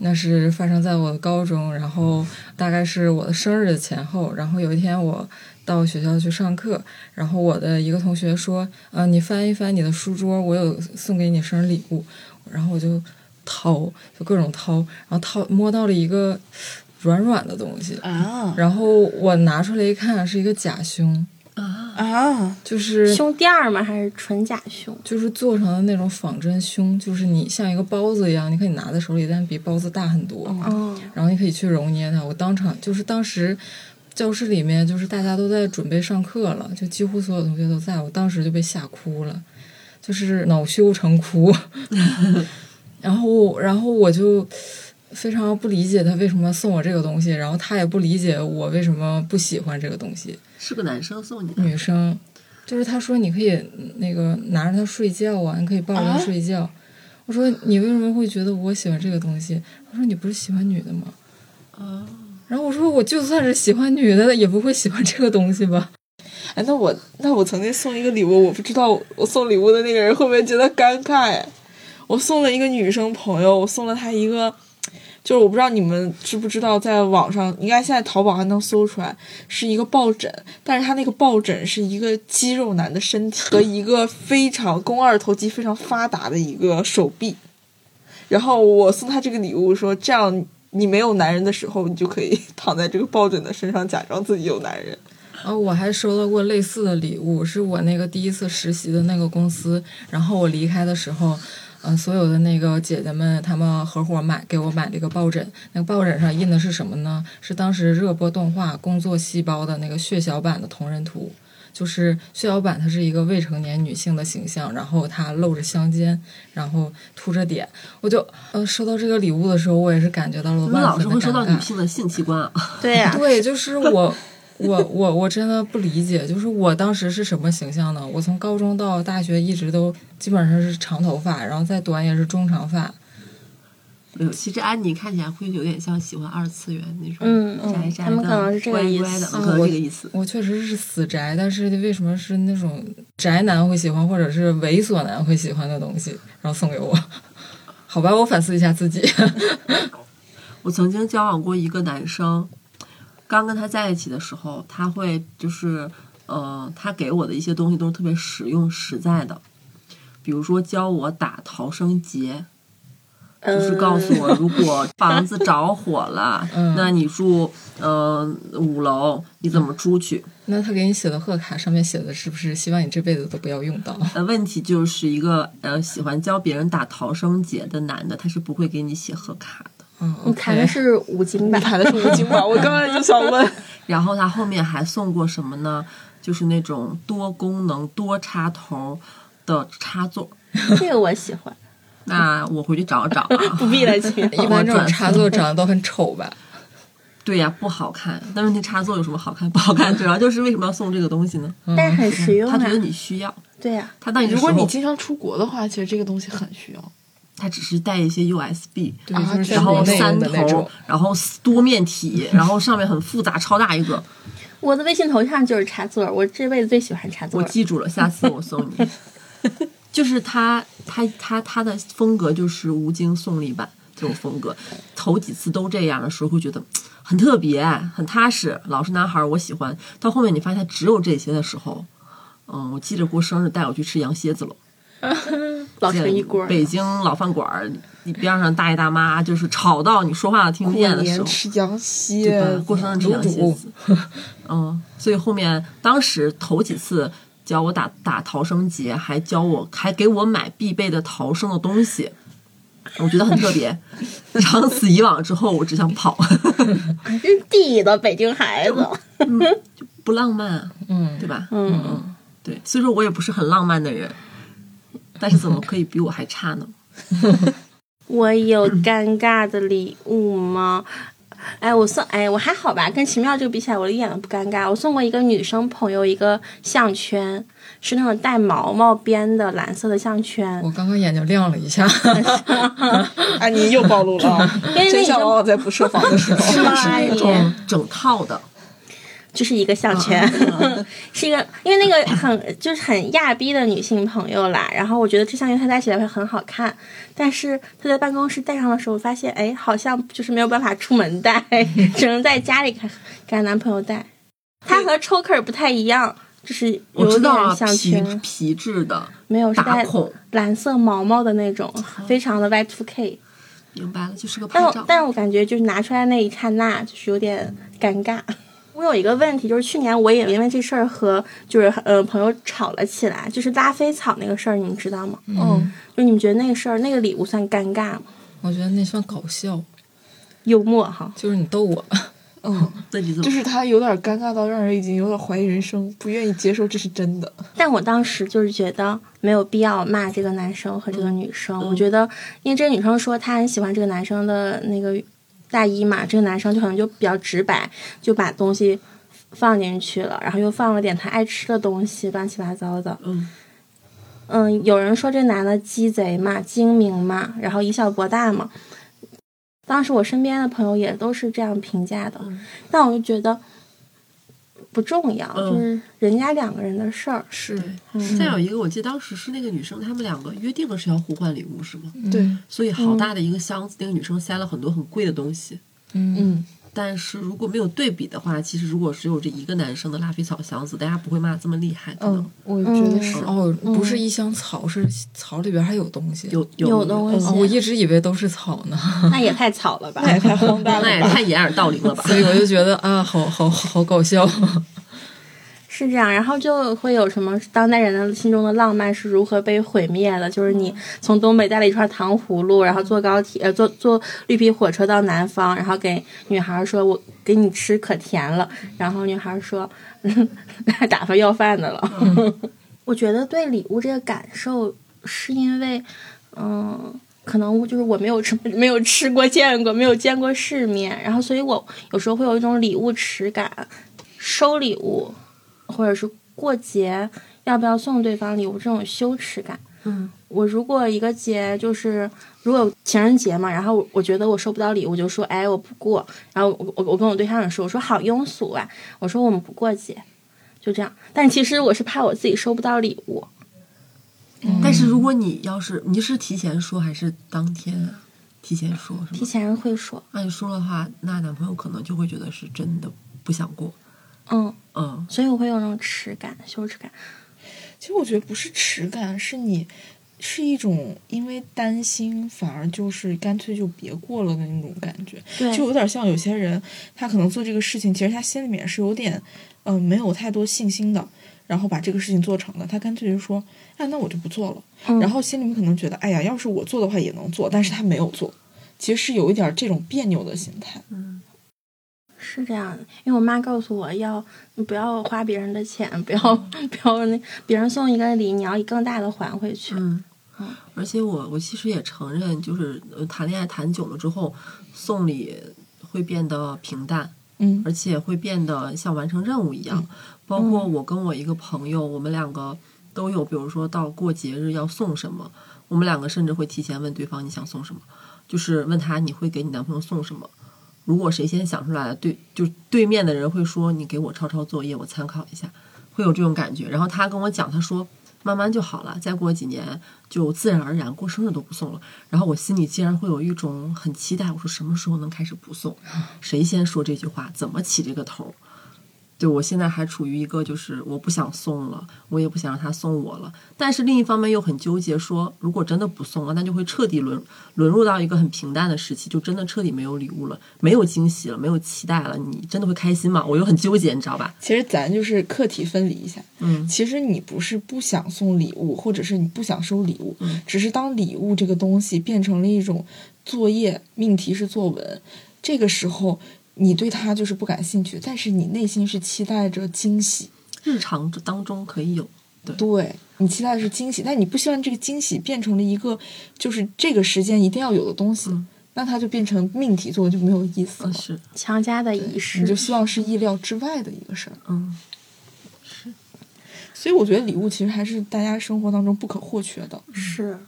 Speaker 4: 那是发生在我高中，然后大概是我的生日前后，然后有一天我到学校去上课，然后我的一个同学说，嗯、你翻一翻你的书桌，我有送给你生日礼物，然后我就掏，就各种掏，然后掏摸到了一个软软的东西，
Speaker 3: 啊
Speaker 4: 然后我拿出来一看，是一个假胸，
Speaker 3: 啊！
Speaker 4: 就是
Speaker 1: 胸垫儿吗？还是纯假胸？
Speaker 4: 就是做成的那种仿真胸，就是你像一个包子一样，你可以拿在手里，但比包子大很多。
Speaker 1: 哦，
Speaker 4: 然后你可以去揉捏它。我当场就是当时教室里面就是大家都在准备上课了，就几乎所有同学都在，我当时就被吓哭了，就是恼羞成哭。 然后，然后我就非常不理解他为什么送我这个东西，然后他也不理解我为什么不喜欢这个东西。
Speaker 2: 是个男生送你的，
Speaker 4: 女生，就是他说你可以嗯那个拿着它睡觉啊，你可以抱着它睡觉。我说你为什么会觉得我喜欢这个东西？他说你不是喜欢女的吗？
Speaker 3: 哦
Speaker 4: 然后我说我就算是喜欢女的，也不会喜欢这个东西吧？
Speaker 3: 哎，那我那我曾经送一个礼物，我不知道我送礼物的那个人会不会觉得尴尬哎。我送了一个女生朋友，我送了她一个，就是我不知道你们知不知道，在网上应该现在淘宝还能搜出来，是一个抱枕，但是他那个抱枕是一个肌肉男的身体和一个非常肱二头肌非常发达的一个手臂。然后我送他这个礼物说，这样你没有男人的时候，你就可以躺在这个抱枕的身上，假装自己有男人。
Speaker 4: 啊，我还收到过类似的礼物，是我那个第一次实习的那个公司，然后我离开的时候。呃，所有的那个姐姐们她们合伙买给我买了一个抱枕，那个抱枕上印的是什么呢？是当时热播动画《工作细胞》的那个血小板的同人图。就是血小板，她是一个未成年女性的形象，然后她露着香肩，然后凸着点。我就呃收到这个礼物的时候，我也是感觉到了
Speaker 2: 我
Speaker 4: 万分
Speaker 2: 们
Speaker 4: 的
Speaker 2: 老是会说到
Speaker 4: 尴尬
Speaker 2: 女性的性器官啊，
Speaker 1: 对呀、
Speaker 4: 对，就是我，我，我，我真的不理解，就是我当时是什么形象呢？我从高中到大学一直都基本上是长头发，然后再短也是中长发。
Speaker 2: 没有，其实安妮看起来会有点像喜欢二次元那种，
Speaker 1: 嗯
Speaker 2: 宅宅
Speaker 1: 他
Speaker 2: 的，
Speaker 1: 们可能是这个意
Speaker 2: 乖乖的
Speaker 1: 思。
Speaker 2: 可能
Speaker 4: 我
Speaker 2: 这个意思。
Speaker 4: 我确实是死宅，但是为什么是那种宅男会喜欢，或者是猥琐男会喜欢的东西，然后送给我？ 好吧，我反思一下自己。
Speaker 2: 我曾经交往过一个男生，刚跟他在一起的时候，他会就是，呃，他给我的一些东西都是特别实用实在的，比如说教我打逃生节，
Speaker 1: 嗯，
Speaker 2: 就是告诉我，如果房子着火了，
Speaker 4: 嗯
Speaker 2: 那你住呃五楼，你怎么出去？
Speaker 4: 那他给你写的贺卡上面写的是不是希望你这辈子都不要用到？
Speaker 3: 嗯
Speaker 2: 呃，问题就是一个呃喜欢教别人打逃生节的男的，他是不会给你写贺卡的。
Speaker 4: 嗯，
Speaker 1: 你谈的
Speaker 4: OK
Speaker 1: 是五金吧？
Speaker 3: 谈的是吴京吧？我刚才就想问，
Speaker 2: 然后他后面还送过什么呢？就是那种多功能多插头的插座。
Speaker 1: 这个我喜欢，
Speaker 2: 那我回去找找 啊。
Speaker 1: 不必来其妙。
Speaker 4: 一般这种插座长得都很丑吧？
Speaker 2: 对呀、不好看。但是那插座有什么好看不好 看？主要就是为什么要送这个东西呢？
Speaker 1: 但是很实用
Speaker 2: 嗯他
Speaker 1: 啊
Speaker 2: 觉。得你需要，
Speaker 1: 对啊呀、
Speaker 2: 他当你的
Speaker 3: 如
Speaker 2: 时
Speaker 3: 果你
Speaker 2: 候，
Speaker 3: 经常出国的话，其实这个东西很哦需要。
Speaker 2: 他只是带一些 USB。
Speaker 4: 对，
Speaker 3: 啊
Speaker 4: 就是
Speaker 3: 对
Speaker 2: 然后
Speaker 4: 内
Speaker 2: 三
Speaker 4: 用的那种
Speaker 2: 头。，然后四多面体，然后上面很复杂，超大一个。
Speaker 1: 我的微信头像就是插座，我这辈子最喜欢插座
Speaker 2: 我
Speaker 1: 了。
Speaker 2: 记住了，下次我送 你。就是他，他他他的风格就是吴京送礼版这种风格，头几次都这样的时候会觉得嘖很特别、很踏实，老实男孩儿我喜欢。到后面你发现他只有这些的时候，嗯，我记着过生日带我去吃羊蝎子了，
Speaker 1: 老陈一锅，
Speaker 2: 北京老饭馆儿，你边上大爷大妈就是吵到你说话都听不见的时
Speaker 3: 年
Speaker 2: 候，
Speaker 3: 吃羊
Speaker 2: 对
Speaker 3: 蝎
Speaker 2: 吧，？过生日吃羊蝎
Speaker 4: 卤
Speaker 2: 子， 嗯，所以后面当时头几次教我打打逃生节，还教我还给我买必备的逃生的东西，我觉得很特别。长此以往之后，我只想跑，
Speaker 1: 真地道北京孩子。
Speaker 2: 不浪漫啊，
Speaker 4: 嗯
Speaker 2: 对吧？
Speaker 1: 嗯，
Speaker 2: 对，虽说我也不是很浪漫的人，但是怎么可以比我还差呢？
Speaker 1: 我有尴尬的礼物吗？哎，我送哎，我还好吧，跟奇妙这个比起来，我一点都不尴尬。我送过一个女生朋友一个项圈，是那种带毛毛边的蓝色的项圈
Speaker 4: 我，刚刚眼睛亮了一下，
Speaker 3: 安妮哎又暴露了啊，
Speaker 1: 因为
Speaker 3: 真
Speaker 1: 那
Speaker 3: 相往
Speaker 1: 种
Speaker 3: 往在不设防的时候。
Speaker 1: 是 哎吗？阿
Speaker 2: 那
Speaker 1: 姨
Speaker 2: 种整套的，
Speaker 1: 就是一个
Speaker 2: 啊
Speaker 1: 项圈， 是一个，因为那 个很就是很亚逼的女性朋友啦。然后我觉得这项圈她戴起来会很好看，但是她在办公室戴上的时候，我发现哎，好像就是没有办法出门 戴，只能在家里给给她男朋友戴。它和抽克儿不太一样，就是
Speaker 2: 我
Speaker 1: 有
Speaker 2: 知道
Speaker 1: 点
Speaker 2: 啊，
Speaker 1: 项
Speaker 2: 皮
Speaker 1: 圈，
Speaker 2: 皮质的
Speaker 1: 没有是
Speaker 2: 打
Speaker 1: 带
Speaker 2: 孔，啊
Speaker 1: 蓝色毛毛的那种，非常的 Y two K。
Speaker 2: 明白了，就是个
Speaker 1: 但
Speaker 2: 拍
Speaker 1: 我
Speaker 2: 照。
Speaker 1: 但我感觉就是拿出来那一刹那，就是有点尴尬。 我有一个问题，就是去年我也因为这事儿和就是呃朋友吵了起来，就是拉菲草那个事儿，你们知道吗？
Speaker 3: 嗯，
Speaker 1: 就你们觉得那个事儿，那个礼物算尴尬吗？
Speaker 4: 我觉得那算搞笑，
Speaker 1: 幽默哈，
Speaker 4: 就是你逗我。
Speaker 3: 嗯，
Speaker 2: 那你怎么
Speaker 3: 就是他有点尴尬到让人已经有点怀疑人生，不愿意接受这是真的。
Speaker 1: 但我当时就是觉得没有必要骂这个男生和这个女生。
Speaker 2: 嗯
Speaker 1: 我觉得，因为这个女生说她很喜欢这个男生的那个大衣嘛，这个男生就可能就比较直白，就把东西放进去了，然后又放了点他爱吃的东西，乱七八糟的。
Speaker 2: 嗯
Speaker 1: 嗯，有人说这男的鸡贼嘛，精明嘛，然后以小博大嘛。当时我身边的朋友也都是这样评价的，
Speaker 2: 嗯
Speaker 1: 但我就觉得不重要，
Speaker 2: 嗯
Speaker 1: 就是人家两个人的事儿。
Speaker 4: 是，
Speaker 2: 再有一个，我记得当时是那个女生，她们两个约定的是要互换礼物，是
Speaker 4: 嗯
Speaker 2: 吗？
Speaker 3: 对，
Speaker 2: 所以好大的一个箱子，那个女生塞了很多很贵的东西。
Speaker 4: 嗯，
Speaker 3: 嗯，
Speaker 2: 但是如果没有对比的话，其实如果只有这一个男生的拉菲草箱子，大家不会骂这么厉害，可能
Speaker 3: 嗯，我觉得是。
Speaker 4: 哦，不是一箱草，是草里边还有东西。
Speaker 2: 嗯有嗯
Speaker 1: 有
Speaker 2: 有
Speaker 1: 东西
Speaker 4: 哦，我一直以为都是草呢，
Speaker 1: 那也太草了吧！
Speaker 3: 那也太荒诞
Speaker 2: 那
Speaker 3: 了
Speaker 2: 也
Speaker 3: 吧！
Speaker 2: 太掩耳盗铃了吧？
Speaker 4: 所以我就觉得啊，好好好搞笑。
Speaker 1: 是是这样，然后就会有什么当代人的心中的浪漫是如何被毁灭的？就是你从东北带了一串糖葫芦，然后坐高铁，呃，坐坐绿皮火车到南方，然后给女孩说：“我给你吃，可甜了。”然后女孩说：“ 嗯打发要饭的了。嗯 我觉得对礼物这个感受，是因为，嗯、可能就是我没有吃，没有吃过、见过，没有见过世面，然后所以我有时候会有一种礼物耻感，收礼物，或者是过节要不要送对方礼物这种羞耻感。
Speaker 2: 嗯，
Speaker 1: 我如果一个节就是如果有情人节嘛，然后我我觉得我收不到礼物，我就说哎我不过，然后我我我跟我对象也说，我说好庸俗啊，我说我们不过节，就这样。但其实我是怕我自己收不到礼物，
Speaker 2: 但是如果你要是你是提前说还是当天啊提前说是
Speaker 1: 提
Speaker 2: 吗？
Speaker 1: 前会说，
Speaker 2: 按说的话，那男朋友可能就会觉得是真的不想过。
Speaker 1: 嗯，
Speaker 2: 嗯，
Speaker 1: 所以我会有那种耻感、羞耻感。
Speaker 3: 其实我觉得不是耻感，是你是一种因为担心，反而就是干脆就别过了的那种感觉，
Speaker 1: 对，
Speaker 3: 就有点像有些人他可能做这个事情，其实他心里面是有点嗯、呃没有太多信心的，然后把这个事情做成了，他干脆就说啊那我就不做了，
Speaker 1: 嗯
Speaker 3: 然后心里面可能觉得哎呀要是我做的话也能做，但是他没有做，其实是有一点这种别扭的心态。
Speaker 1: 是这样的，因为我妈告诉我要不要花别人的钱，不要 不要那别人送一个礼，你要以更大的还回去。
Speaker 2: 嗯
Speaker 1: 嗯，
Speaker 2: 而且我我其实也承认，就是呃谈恋爱谈久了之后，送礼会变得平淡，
Speaker 3: 嗯
Speaker 2: 而且会变得像完成任务一样。
Speaker 1: 嗯
Speaker 2: 包括我跟我一个朋友，我们两个都有，比如说到过节日要送什么，我们两个甚至会提前问对方你想送什么，就是问他你会给你男朋友送什么。如果谁先想出来了，对，就对面的人会说你给我抄抄作业，我参考一下，会有这种感觉。然后他跟我讲，他说慢慢就好了，再过几年就自然而然过生日都不送了。然后我心里竟然会有一种很期待，我说什么时候能开始不送？谁先说这句话，怎么起这个头儿？对我现在还处于一个就是我不想送了，我也不想让他送我了，但是另一方面又很纠结说，如果真的不送了，那就会彻底沦沦入到一个很平淡的时期，就真的彻底没有礼物了，没有惊喜了，没有期待了，你真的会开心吗？我又很纠结，你知道吧？
Speaker 3: 其实咱就是课题分离一下，
Speaker 2: 嗯
Speaker 3: 其实你不是不想送礼物，或者是你不想收礼物，
Speaker 2: 嗯
Speaker 3: 只是当礼物这个东西变成了一种作业命题是作文，这个时候你对它就是不感兴趣，但是你内心是期待着惊喜，
Speaker 2: 日常当中可以有，
Speaker 3: 对你期待的是惊喜，但你不希望这个惊喜变成了一个就是这个时间一定要有的东西，
Speaker 2: 嗯
Speaker 3: 那它就变成命题作文就没有意思了
Speaker 2: 嗯，，是，
Speaker 1: 强加的仪
Speaker 3: 你
Speaker 1: 式，
Speaker 3: 就希望是意料之外的一个事儿。
Speaker 2: 嗯，
Speaker 3: 所以我觉得礼物其实还是大家生活当中不可或缺的。
Speaker 1: 是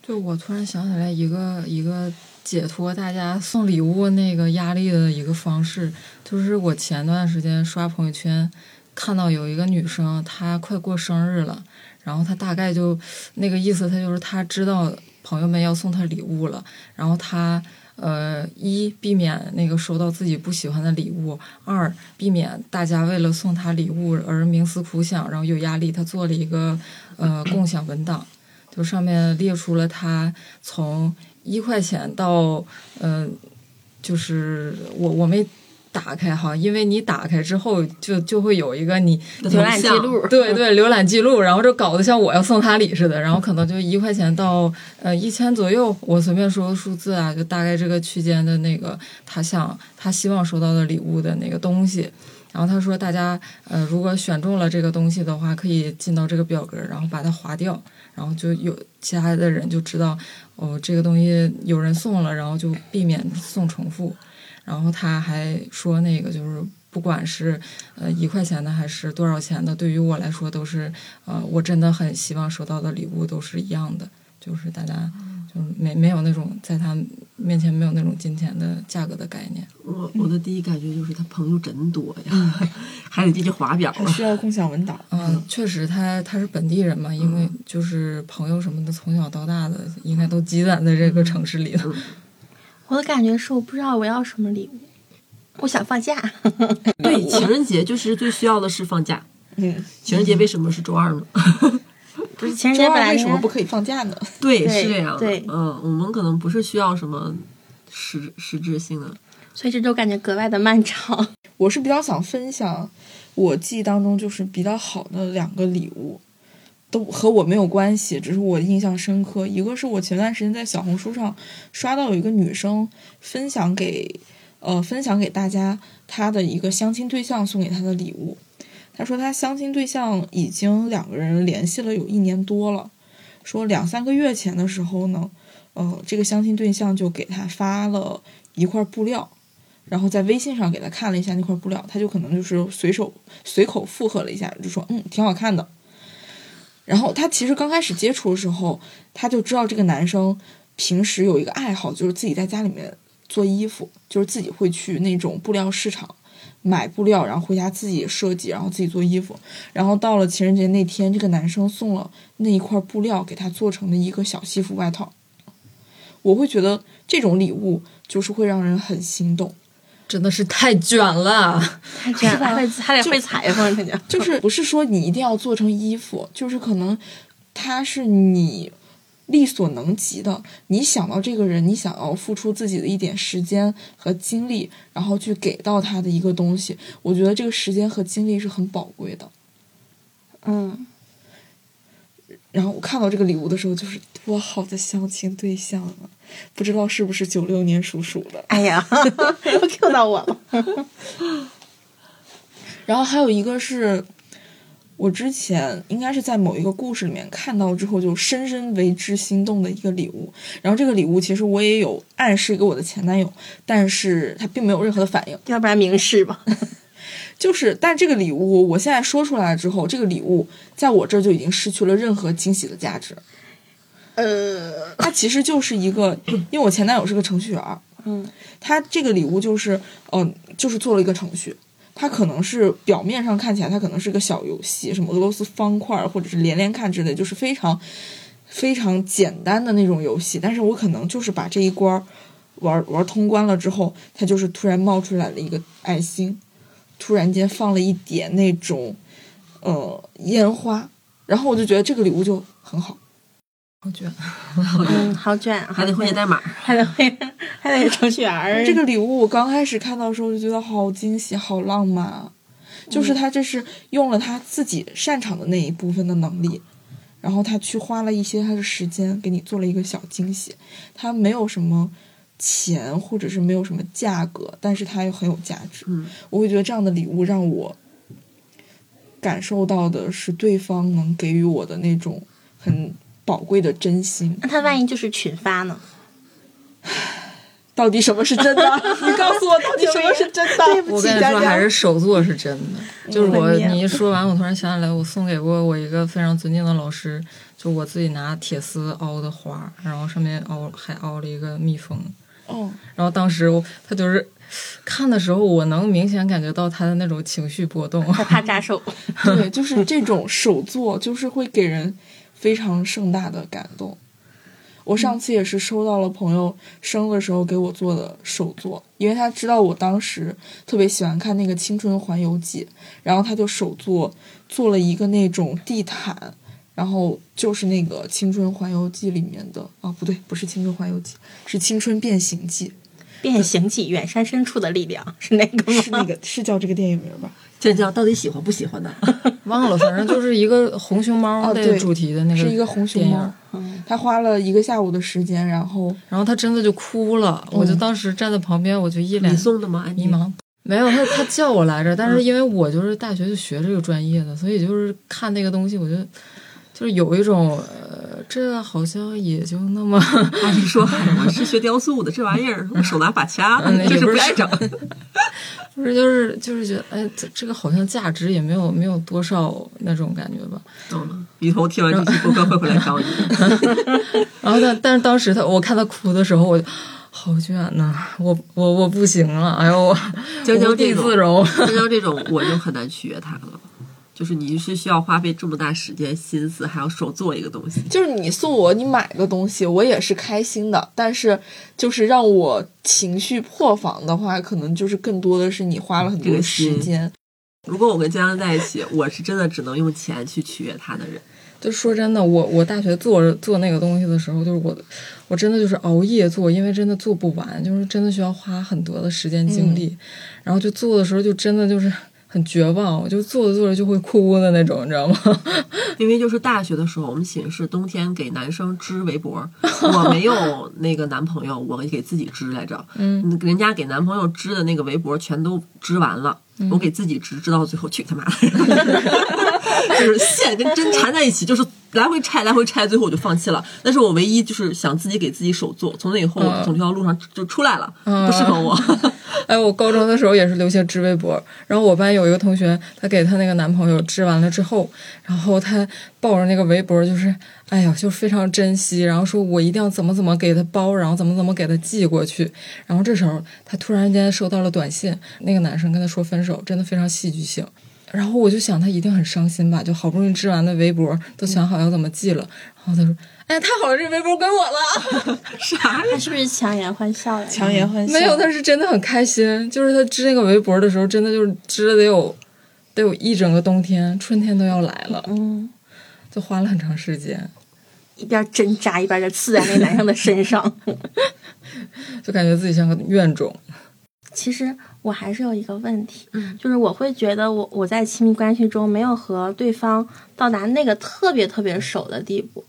Speaker 4: 对，我突然想起来一个一个解脱大家送礼物那个压力的一个方式，就是我前段时间刷朋友圈，看到有一个女生，她快过生日了，然后她大概就那个意思，她就是她知道朋友们要送她礼物了，然后她。呃，一避免那个收到自己不喜欢的礼物，二避免大家为了送她礼物而冥思苦想，然后有压力。她做了一个呃共享文档，就上面列出了他从一块钱到嗯、就是我我没打开哈，因为你打开之后就就会有一个你
Speaker 2: 的
Speaker 1: 浏
Speaker 2: 头
Speaker 1: 览记
Speaker 2: 像
Speaker 1: 录，
Speaker 4: 对对浏览记录，然后就搞得像我要送他礼似的，然后可能就一块钱到呃一千左右，我随便说个数字啊，就大概这个区间的那个他想他希望收到的礼物的那个东西。然后他说，大家呃，如果选中了这个东西的话，可以进到这个表格，然后把它划掉，然后就有其他的人就知道哦，这个东西有人送了，然后就避免送重复。然后他还说，那个就是不管是呃一块钱的还是多少钱的，对于我来说都是呃，我真的很希望收到的礼物都是一样的，就是大家就没没有那种在他面前没有那种金钱的价格的概念。
Speaker 2: 我我的第一感觉就是他朋友真多呀，还得一直划表啊
Speaker 3: 还需要共享文档。
Speaker 4: 嗯，确实他，他是本地人嘛，因为就是朋友什么的，从小到大的应该都积攒在这个城市里了。
Speaker 1: 我的感觉是我不知道我要什么礼物，我想放假。
Speaker 2: 对，情人节就是最需要的是放假。
Speaker 3: 嗯，
Speaker 2: 情人节为什么是周二呢？
Speaker 1: 不是情人
Speaker 3: 周
Speaker 1: 节本
Speaker 3: 二
Speaker 1: 来
Speaker 3: 为什么
Speaker 1: 应该
Speaker 3: 不可以放假呢？
Speaker 2: 对，
Speaker 1: 对
Speaker 2: 是这样的。
Speaker 1: 对
Speaker 2: 嗯，我们可能不是需要什么实实质性的，
Speaker 1: 所以这周感觉格外的漫 长。
Speaker 3: 我是比较想分享我记忆当中就是比较好的两个礼物，都和我没有关系，只是我印象深刻。一个是我前段时间在小红书上刷到有一个女生分享给呃分享给大家她的一个相亲对象送给她的礼物，她说她相亲对象已经两个人联系了有一年多了，说两三个月前的时候呢，呃，这个相亲对象就给她发了一块布料。然后在微信上给他看了一下那块布料，他就可能就是随手随口附和了一下，就说嗯挺好看的。然后他其实刚开始接触的时候，他就知道这个男生平时有一个爱好，就是自己在家里面做衣服，就是自己会去那种布料市场买布料，然后回家自己设计，然后自己做衣服。然后到了情人节那天，这个男生送了那一块布料给他做成的一个小西服外套。我会觉得这种礼物就是会让人很心动。
Speaker 2: 真的是太卷了，
Speaker 1: 太卷了，还会还得会裁缝，他讲
Speaker 3: 就是不是说你一定要做成衣服，就是可能它是你力所能及的。你想到这个人，你想要付出自己的一点时间和精力，然后去给到他的一个东西，我觉得这个时间和精力是很宝贵的。
Speaker 1: 嗯，
Speaker 3: 然后我看到这个礼物的时候，就是多好的相亲对象啊！不知道是不是九六年属鼠的。
Speaker 1: 哎呀，又 Q 到我了。
Speaker 3: 然后还有一个是我之前应该是在某一个故事里面看到之后就深深为之心动的一个礼物。然后这个礼物其实我也有暗示给我的前男友，但是他并没有任何的反应。
Speaker 1: 要不然明示吧。
Speaker 3: 就是，但这个礼物我现在说出来了之后，这个礼物在我这儿就已经失去了任何惊喜的价值。
Speaker 1: 呃，
Speaker 3: 它其实就是一个，因为我前男友是个程序员，
Speaker 1: 嗯，
Speaker 3: 他这个礼物就是，嗯、就是做了一个程序。它可能是表面上看起来，它可能是个小游戏，什么俄罗斯方块儿或者是连连看之类，就是非常非常简单的那种游戏。但是我可能就是把这一关儿玩玩通关了之后，它就是突然冒出来了一个爱心，突然间放了一点那种呃烟花，然后我就觉得这个礼物就很好。
Speaker 4: 我觉得
Speaker 1: 嗯，好卷，
Speaker 2: 还得会写代码。
Speaker 1: 还得会，还得程序员儿。
Speaker 3: 这个礼物我刚开始看到的时候就觉得好惊喜、好浪漫啊！就是他这是用了他自己擅长的那一部分的能力，然后他去花了一些他的时间给你做了一个小惊喜。他没有什么钱，或者是没有什么价格，但是它又很有价值。
Speaker 2: 嗯，
Speaker 3: 我会觉得这样的礼物让我感受到的是对方能给予我的那种很宝贵的真心。
Speaker 1: 那他万一就是群发呢？
Speaker 3: 到底什么是 真的？你告诉我，到底什么是真的？
Speaker 1: 对不
Speaker 4: 我
Speaker 1: 起
Speaker 4: 跟你
Speaker 1: 大
Speaker 4: 说，
Speaker 1: 家
Speaker 4: 还是手作是真
Speaker 3: 嗯
Speaker 4: 的。就是我
Speaker 1: 我明白
Speaker 4: 你一说完，我突然想起来，我送给过我一个非常尊敬的老师，就我自己拿铁丝凹的花，然后上面凹还凹了一个蜜蜂。
Speaker 3: 哦，
Speaker 4: 然后当时我他就是看的时候，我能明显感觉到他的那种情绪波 动。
Speaker 1: 害怕扎 手。
Speaker 3: 对，就是这种手作，就是会给人非常盛大的感动。我上次也是收到了朋友生日的时候给我做的手作，因为他知道我当时特别喜欢看那个《青春环游记》，然后他就手作做了一个那种地毯，然后就是那个《青春环游记》里面的啊，不对，不是《青春环游记》，是《青春变形记
Speaker 1: 变形记，远山深处的力量是那个》，吗？
Speaker 3: 是那个是叫这个电影名吧？
Speaker 2: 这叫到底喜欢不喜欢呢？
Speaker 4: 忘了，反正就是一个红熊猫
Speaker 3: 哦
Speaker 4: 的
Speaker 3: 对
Speaker 4: 主题的那个、嗯
Speaker 3: 是一个红熊猫。，嗯他花了一个下午的时间，然后
Speaker 4: 然后他真的就哭了，
Speaker 3: 嗯
Speaker 4: 我就当时站在旁边，我就一脸
Speaker 2: 你送的吗？安妮
Speaker 4: 迷茫。没有他，他叫我来着，但是因为我就是大学就学这个专业的，所以就是看那个东西，我就就是有一种呃，这好像也就那么，
Speaker 2: 还是说，哎我是学雕塑的，这玩意儿我手拿把掐
Speaker 4: 嗯，
Speaker 2: 就是
Speaker 4: 也不是
Speaker 2: 爱整。
Speaker 4: 不是就是就是觉得哎，这这个好像价值也没有没有多少那种感觉吧。
Speaker 2: 懂了，雨桐听完这期播客会回来找你。
Speaker 4: 然后但但是当时他我看他哭的时候，我就好卷呐、我我我不行了，哎呦我
Speaker 2: 娇娇
Speaker 4: 无
Speaker 2: 这
Speaker 4: 地
Speaker 2: 种
Speaker 4: 自容。
Speaker 2: 像像这种我就很难取悦他了，就是你是需要花费这么大时间、心思，还要手做一个东西。
Speaker 3: 就是你送我你买个东西，我也是开心的，但是就是让我情绪破防的话，可能就是更多的是你花了很
Speaker 2: 这
Speaker 3: 多
Speaker 2: 个
Speaker 3: 时
Speaker 2: 心
Speaker 3: 间。
Speaker 2: 如果我跟江江在一起，我是真的只能用钱去取悦他的人。
Speaker 4: 就说真的，我我大学做做那个东西的时候，就是我我真的就是熬夜做，因为真的做不完，就是真的需要花很多的时间精力，然后就做的时候就真的就是很绝望，我就做着做着就会哭的那种，你知道吗？
Speaker 2: 因为就是大学的时候，我们寝室冬天给男生织围脖，我没有那个男朋友，我给自己织来着。嗯，人家给男朋友织的那个围脖全都织完了，我给自己织，织到最后去他妈的， 就是线跟针缠在一起，就是来回拆，来回拆，最后我就放弃了。但是我唯一就是想自己给自己手做，从那以后我从这条路上就出来了，不适合我。
Speaker 4: 哎，我高中的时候也是流行织围脖，然后我班有一个同学，她给她那个男朋友织完了之后，然后她抱着那个围脖，就是哎呀，就非常珍惜，然后说我一定要怎么怎么给他包，然后怎么怎么给他寄过去。然后这时候她突然间收到了短信，那个男生跟她说分手，真的非常戏剧性。然后我就想她一定很伤心吧，就好不容易织完的围脖都想好要怎么寄了，然后她说。哎，太好了，这围脖归我了。
Speaker 1: 他是不是强颜欢笑来着？
Speaker 3: 强颜欢笑。
Speaker 4: 没有，但是真的很开心。就是他织那个围脖的时候，真的就是织了得有得有一整个冬天，春天都要来了，
Speaker 1: 嗯，
Speaker 4: 就花了很长时间，
Speaker 1: 一边针扎一边就刺在那个男生的身上。
Speaker 4: 就感觉自己像个怨种。
Speaker 1: 其实我还是有一个问题，就是我会觉得我我在亲密关系中没有和对方到达那个特别特别熟的地步。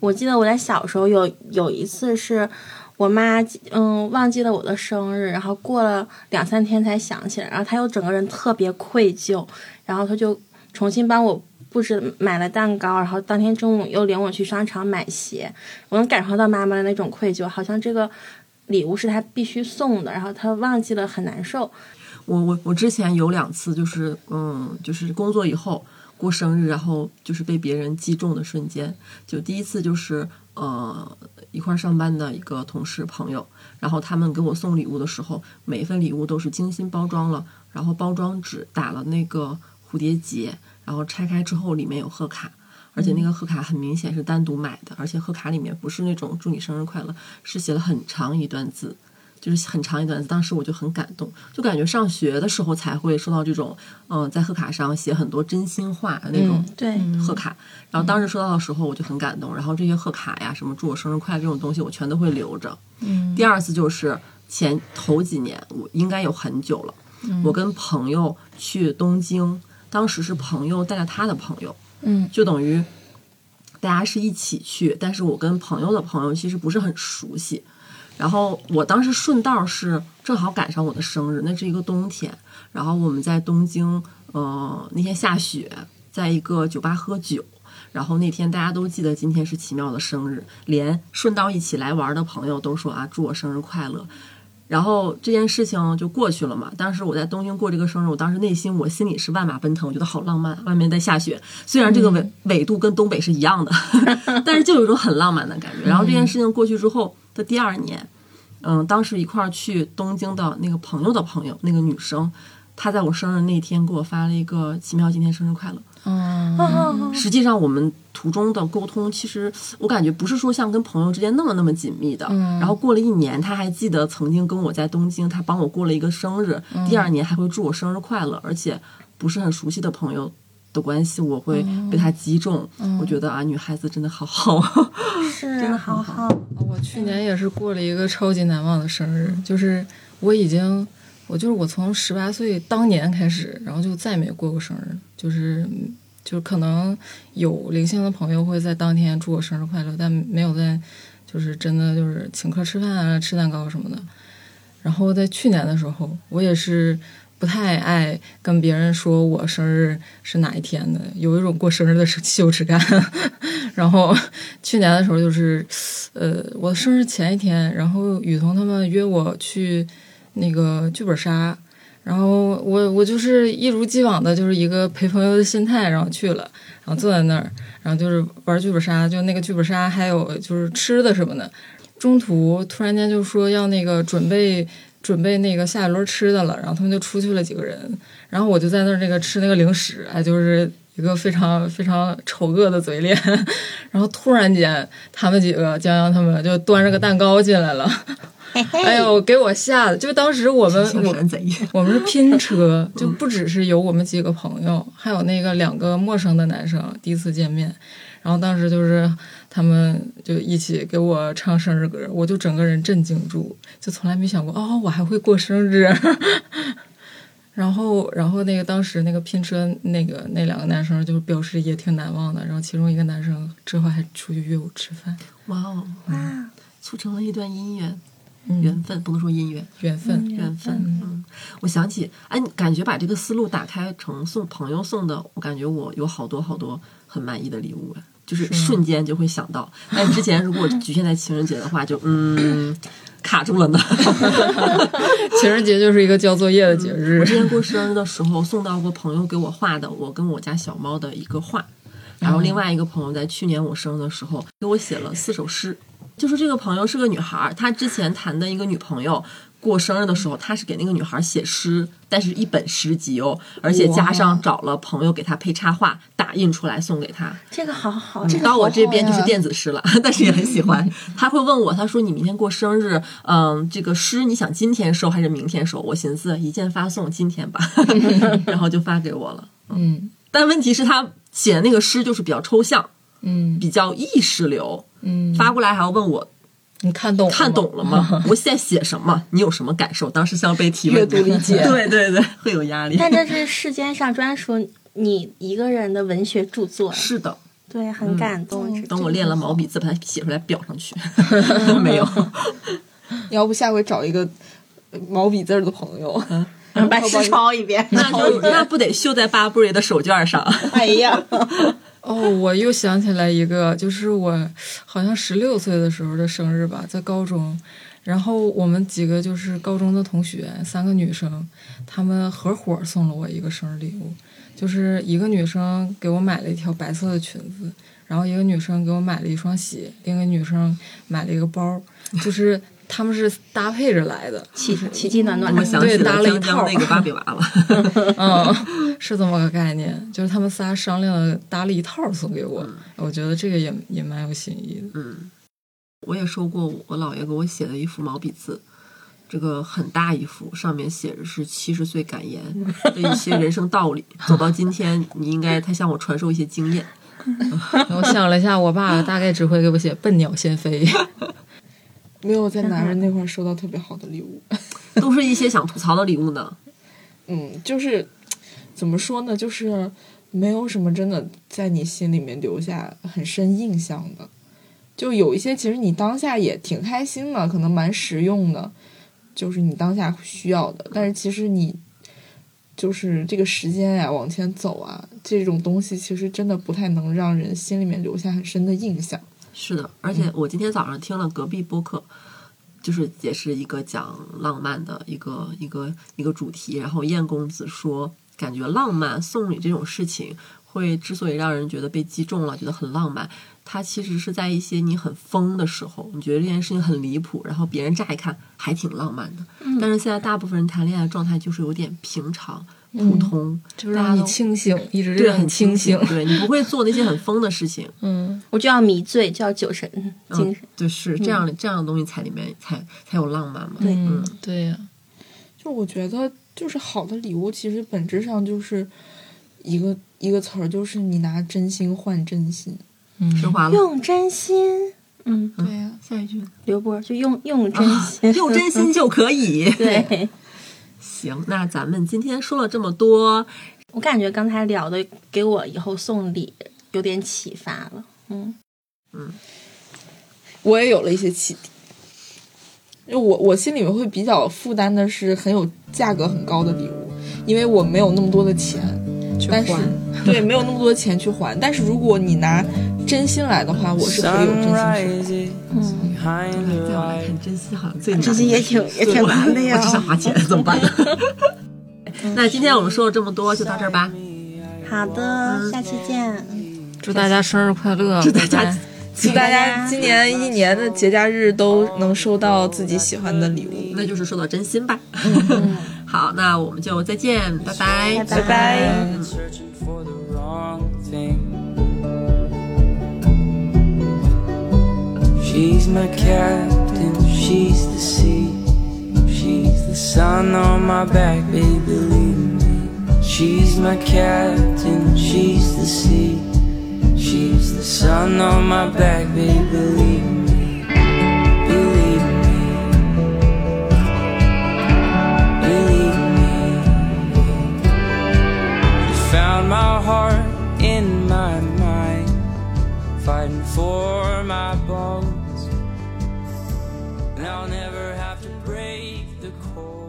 Speaker 1: 我记得我在小时候有有一次是我妈嗯忘记了我的生日，然后过了两三天才想起来，然后她又整个人特别愧疚，然后她就重新帮我布置买了蛋糕，然后当天中午又领我去商场买鞋，我能感受到妈妈的那种愧疚，好像这个礼物是她必须送的，然后她忘记了很难受。
Speaker 2: 我我我之前有两次，就是嗯，就是工作以后过生日，然后就是被别人击中的瞬间。就第一次就是呃一块儿上班的一个同事朋友，然后他们给我送礼物的时候，每一份礼物都是精心包装了，然后包装纸打了那个蝴蝶结，然后拆开之后里面有贺卡。而且那个贺卡很明显是单独买的，而且贺卡里面不是那种“祝你生日快乐”，是写了很长一段字，就是很长一段字，当时我就很感动，就感觉上学的时候才会收到这种，嗯、在贺卡上写很多真心话的那种
Speaker 1: 对，
Speaker 2: 贺卡。然后当时收到的时候，我就很感动。然后这些贺卡呀，什么祝我生日快乐这种东西，我全都会留着。嗯。第二次就是前头几年，我应该有很久了，我跟朋友去东京，当时是朋友带着他的朋友，
Speaker 4: 嗯，
Speaker 2: 就等于大家是一起去，但是我跟朋友的朋友其实不是很熟悉。然后我当时顺道是正好赶上我的生日，那是一个冬天，然后我们在东京，呃，那天下雪，在一个酒吧喝酒。然后那天大家都记得今天是奇妙的生日，连顺道一起来玩的朋友都说啊，祝我生日快乐。然后这件事情就过去了嘛。当时我在东京过这个生日，我当时内心我心里是万马奔腾，我觉得好浪漫，外面在下雪。虽然这个纬纬度跟东北是一样的，但是就有一种很浪漫的感觉。然后这件事情过去之后的第二年，嗯，当时一块儿去东京的那个朋友的朋友，那个女生，她在我生日那天给我发了一个“奇妙，今天生日快乐”。
Speaker 4: 嗯，
Speaker 2: 实际上我们途中的沟通，其实我感觉不是说像跟朋友之间那么那么紧密的。
Speaker 4: 嗯
Speaker 2: 然后过了一年，他还记得曾经跟我在东京，他帮我过了一个生日，
Speaker 4: 嗯
Speaker 2: 第二年还会祝我生日快乐，而且不是很熟悉的朋友。的关系我会
Speaker 4: 嗯
Speaker 2: 被他击中，我觉得啊，女孩子真的好啊好，
Speaker 4: 嗯
Speaker 1: 是真的好好。
Speaker 4: 我去年也是过了一个超级难忘的生日，就是我已经，我就是我从十八岁当年开始，然后就再没过过生日，就是就是可能有零星的朋友会在当天祝我生日快乐，但没有在就是真的就是请客吃饭啊、吃蛋糕什么的。然后在去年的时候，我也是不太爱跟别人说我生日是哪一天的，有一种过生日的 羞耻感。然后去年的时候就是，呃，我生日前一天，然后雨桐他们约我去那个剧本杀，然后我我就是一如既往的就是一个陪朋友的心态，然后去了，然后坐在那儿，然后就是玩剧本杀，就那个剧本杀还有就是吃的什么的，中途突然间就说要那个准备。准备那个下一轮吃的了，然后他们就出去了几个人，然后我就在那儿那个吃那个零食，哎，就是一个非常非常丑恶的嘴脸， 然后突然间他们几个江阳他们就端着个蛋糕进来了，
Speaker 1: 嘿嘿
Speaker 4: 哎呦给我吓的！就当时我 们我
Speaker 2: 神贼，
Speaker 4: 我们是拼车，就不只是有我们几个朋友， 还有那个两个陌生的男生第一次见面，然后当时就是他们就一起给我唱生日歌，我就整个人震惊住，就从来没想过哦，我还会过生日。 然后，然后那个当时那个拼车那个那两个男生就是表示也挺难忘的，然后其中一个男生之后还出去约我吃饭，
Speaker 2: 哇哦，
Speaker 1: 哇，
Speaker 2: 促成了一段姻缘
Speaker 4: 嗯，
Speaker 2: 缘分，不能说姻缘。
Speaker 4: 缘分，
Speaker 2: 缘分，嗯，我想起，哎，你感觉把这个思路打开成送朋友送的，我感觉我有好多好多很满意的礼物，哎，就是瞬间就会想到。但之前如果局限在情人节的话，就嗯卡住了呢。
Speaker 4: 情人节就是一个交作业的节日
Speaker 2: 我，之前过生日的时候送到过朋友给我画的，我跟我家小猫的一个画，然后另外一个朋友在去年我生日的时候给我写了四首诗，就是这个朋友是个女孩儿，她之前谈的一个女朋友。过生日的时候，她是给那个女孩写诗，但是一本诗集哦，而且加上找了朋友给她配插画，打印出来送给她。
Speaker 1: 这个好好，这个
Speaker 2: 到我
Speaker 1: 好
Speaker 2: 这边就
Speaker 1: 好
Speaker 2: 是
Speaker 1: 呀
Speaker 2: 电子诗了， 但是也很喜欢。他会问我，他说你明天过生日，嗯，这个诗你想今天收还是明天收？我寻思一键发送，今天吧， 然后就发给我了。
Speaker 4: 嗯
Speaker 2: 但问题是，他写的那个诗就是比较抽象，
Speaker 4: 嗯
Speaker 2: 比较意识流，
Speaker 4: 嗯，
Speaker 2: 发过来还要问我
Speaker 4: 你看懂了吗
Speaker 2: 看懂了吗？我现在写什么？你有什么感受？当时像被提问
Speaker 4: 阅读理 解
Speaker 2: 对对对，会有压力。
Speaker 1: 但这是世间上专属你一个人的文学著作，
Speaker 2: 是的，
Speaker 1: 对，很感动。这
Speaker 2: 等我
Speaker 1: 这
Speaker 2: 练了毛笔字，把它写出来裱上去。没有，
Speaker 3: 要不下回找一个呃毛笔字儿的朋友，
Speaker 1: 个把诗抄一遍。
Speaker 2: 那就那不得绣在巴布瑞的手绢上？
Speaker 1: 哎呀，
Speaker 4: 哦，我又想起来一个，就是我好像十六岁的时候的生日吧，在高中，然后我们几个就是高中的同学，三个女生，她们合伙送了我一个生日礼物，就是一个女生给我买了一条白色的裙子，然后一个女生给我买了一双鞋，另一个女生买了一个包，就是她们是搭配着来的，
Speaker 1: 奇奇迹暖暖
Speaker 2: 我，想起
Speaker 4: 对搭
Speaker 2: 了
Speaker 4: 了一
Speaker 2: 江江
Speaker 4: 套
Speaker 2: 那个芭比娃娃，
Speaker 4: 嗯，是这么个概念，就是他们仨商量了搭了一套送给我，我觉得这个也也蛮有新意的。
Speaker 2: 嗯，我也收过我姥爷给我写的一幅毛笔字，这个很大一幅，上面写着是七十岁感言的一些人生道理。走到今天，你应该他向我传授一些经验。
Speaker 4: 我想了一下，我爸大概只会给我写“笨鸟先飞
Speaker 3: 没有
Speaker 4: 嗯
Speaker 3: 在男人那块儿收到特别好的礼物。
Speaker 2: 都是一些想吐槽的礼物呢。
Speaker 3: 嗯，就是怎么说呢，就是没有什么真的在你心里面留下很深印象的。就有一些其实你当下也挺开心的，可能蛮实用的，就是你当下需要的。但是其实你就是这个时间呀、往前走啊，这种东西其实真的不太能让人心里面留下很深的印象。
Speaker 2: 是的，
Speaker 4: 嗯
Speaker 2: 而且我今天早上听了隔壁播客，就是也是一个讲浪漫的一个一个一个主题。然后燕公子说，感觉浪漫送礼这种事情，会之所以让人觉得被击中了，觉得很浪漫，它其实是在一些你很疯的时候，你觉得这件事情很离谱，然后别人乍一看还挺浪漫的。
Speaker 4: 嗯
Speaker 2: 但是现在大部分人谈恋爱的状态就是有点平常、普通，”，
Speaker 4: 就
Speaker 2: 大家
Speaker 4: 让你
Speaker 2: 都
Speaker 4: 清醒，一直
Speaker 2: 对，
Speaker 4: 让你
Speaker 2: 很
Speaker 4: 嗯清
Speaker 2: 醒
Speaker 4: 醒。，
Speaker 2: 对你不会做那些很疯的事情。
Speaker 4: 嗯，
Speaker 1: 我就要迷醉，就要酒神精神。
Speaker 2: 嗯、对，是这样的，这样的东西才里面才才有浪漫嘛。对
Speaker 4: 嗯，对呀、
Speaker 3: 就我觉得，就是好的礼物，其实本质上就是一个一个词儿，就是你拿真心换真心。
Speaker 4: 嗯
Speaker 2: 升华了。
Speaker 1: 用真心，嗯，
Speaker 3: 对呀、
Speaker 2: 下一句，
Speaker 1: 刘波就用用真心，。
Speaker 2: 用真心就可以
Speaker 1: 对。
Speaker 2: 行，那咱们今天说了这么多，
Speaker 1: 我感觉刚才聊的给我以后送礼有点启发了。嗯，
Speaker 3: 我也有了一些启迪。就我我心里面会比较负担的是很有价格很高的礼物，因为我没有那么多的钱，
Speaker 4: 去
Speaker 3: 但是
Speaker 4: 还。
Speaker 3: 对没有那么多钱去还。但是如果你拿真心来的话，我是可以有真心收。
Speaker 2: 哎 在我来看，真心好像最难，
Speaker 1: 真心也挺也挺难的呀
Speaker 2: 我只想花钱，怎 么办？那今天我们说了这么多，就到这儿吧。
Speaker 1: 好的，下期见，
Speaker 4: 祝大家生日快乐！祝大
Speaker 2: 家
Speaker 3: 祝大家今年一年的节假日都能收到自己喜欢的礼物。
Speaker 2: 那就是说到真心吧。嗯 好，那我们就再见，拜拜
Speaker 1: 拜拜
Speaker 3: 嗯
Speaker 5: searching for the wrong thing. She's my captain, she's the sea. She's the sun on my back, baby, believe me. She's my captain, she's the sea. She's the sun on my back, baby, believe me. Believe me. Believe me. You found my heart in my mind, fighting for my bones. And I'll never have to break the code.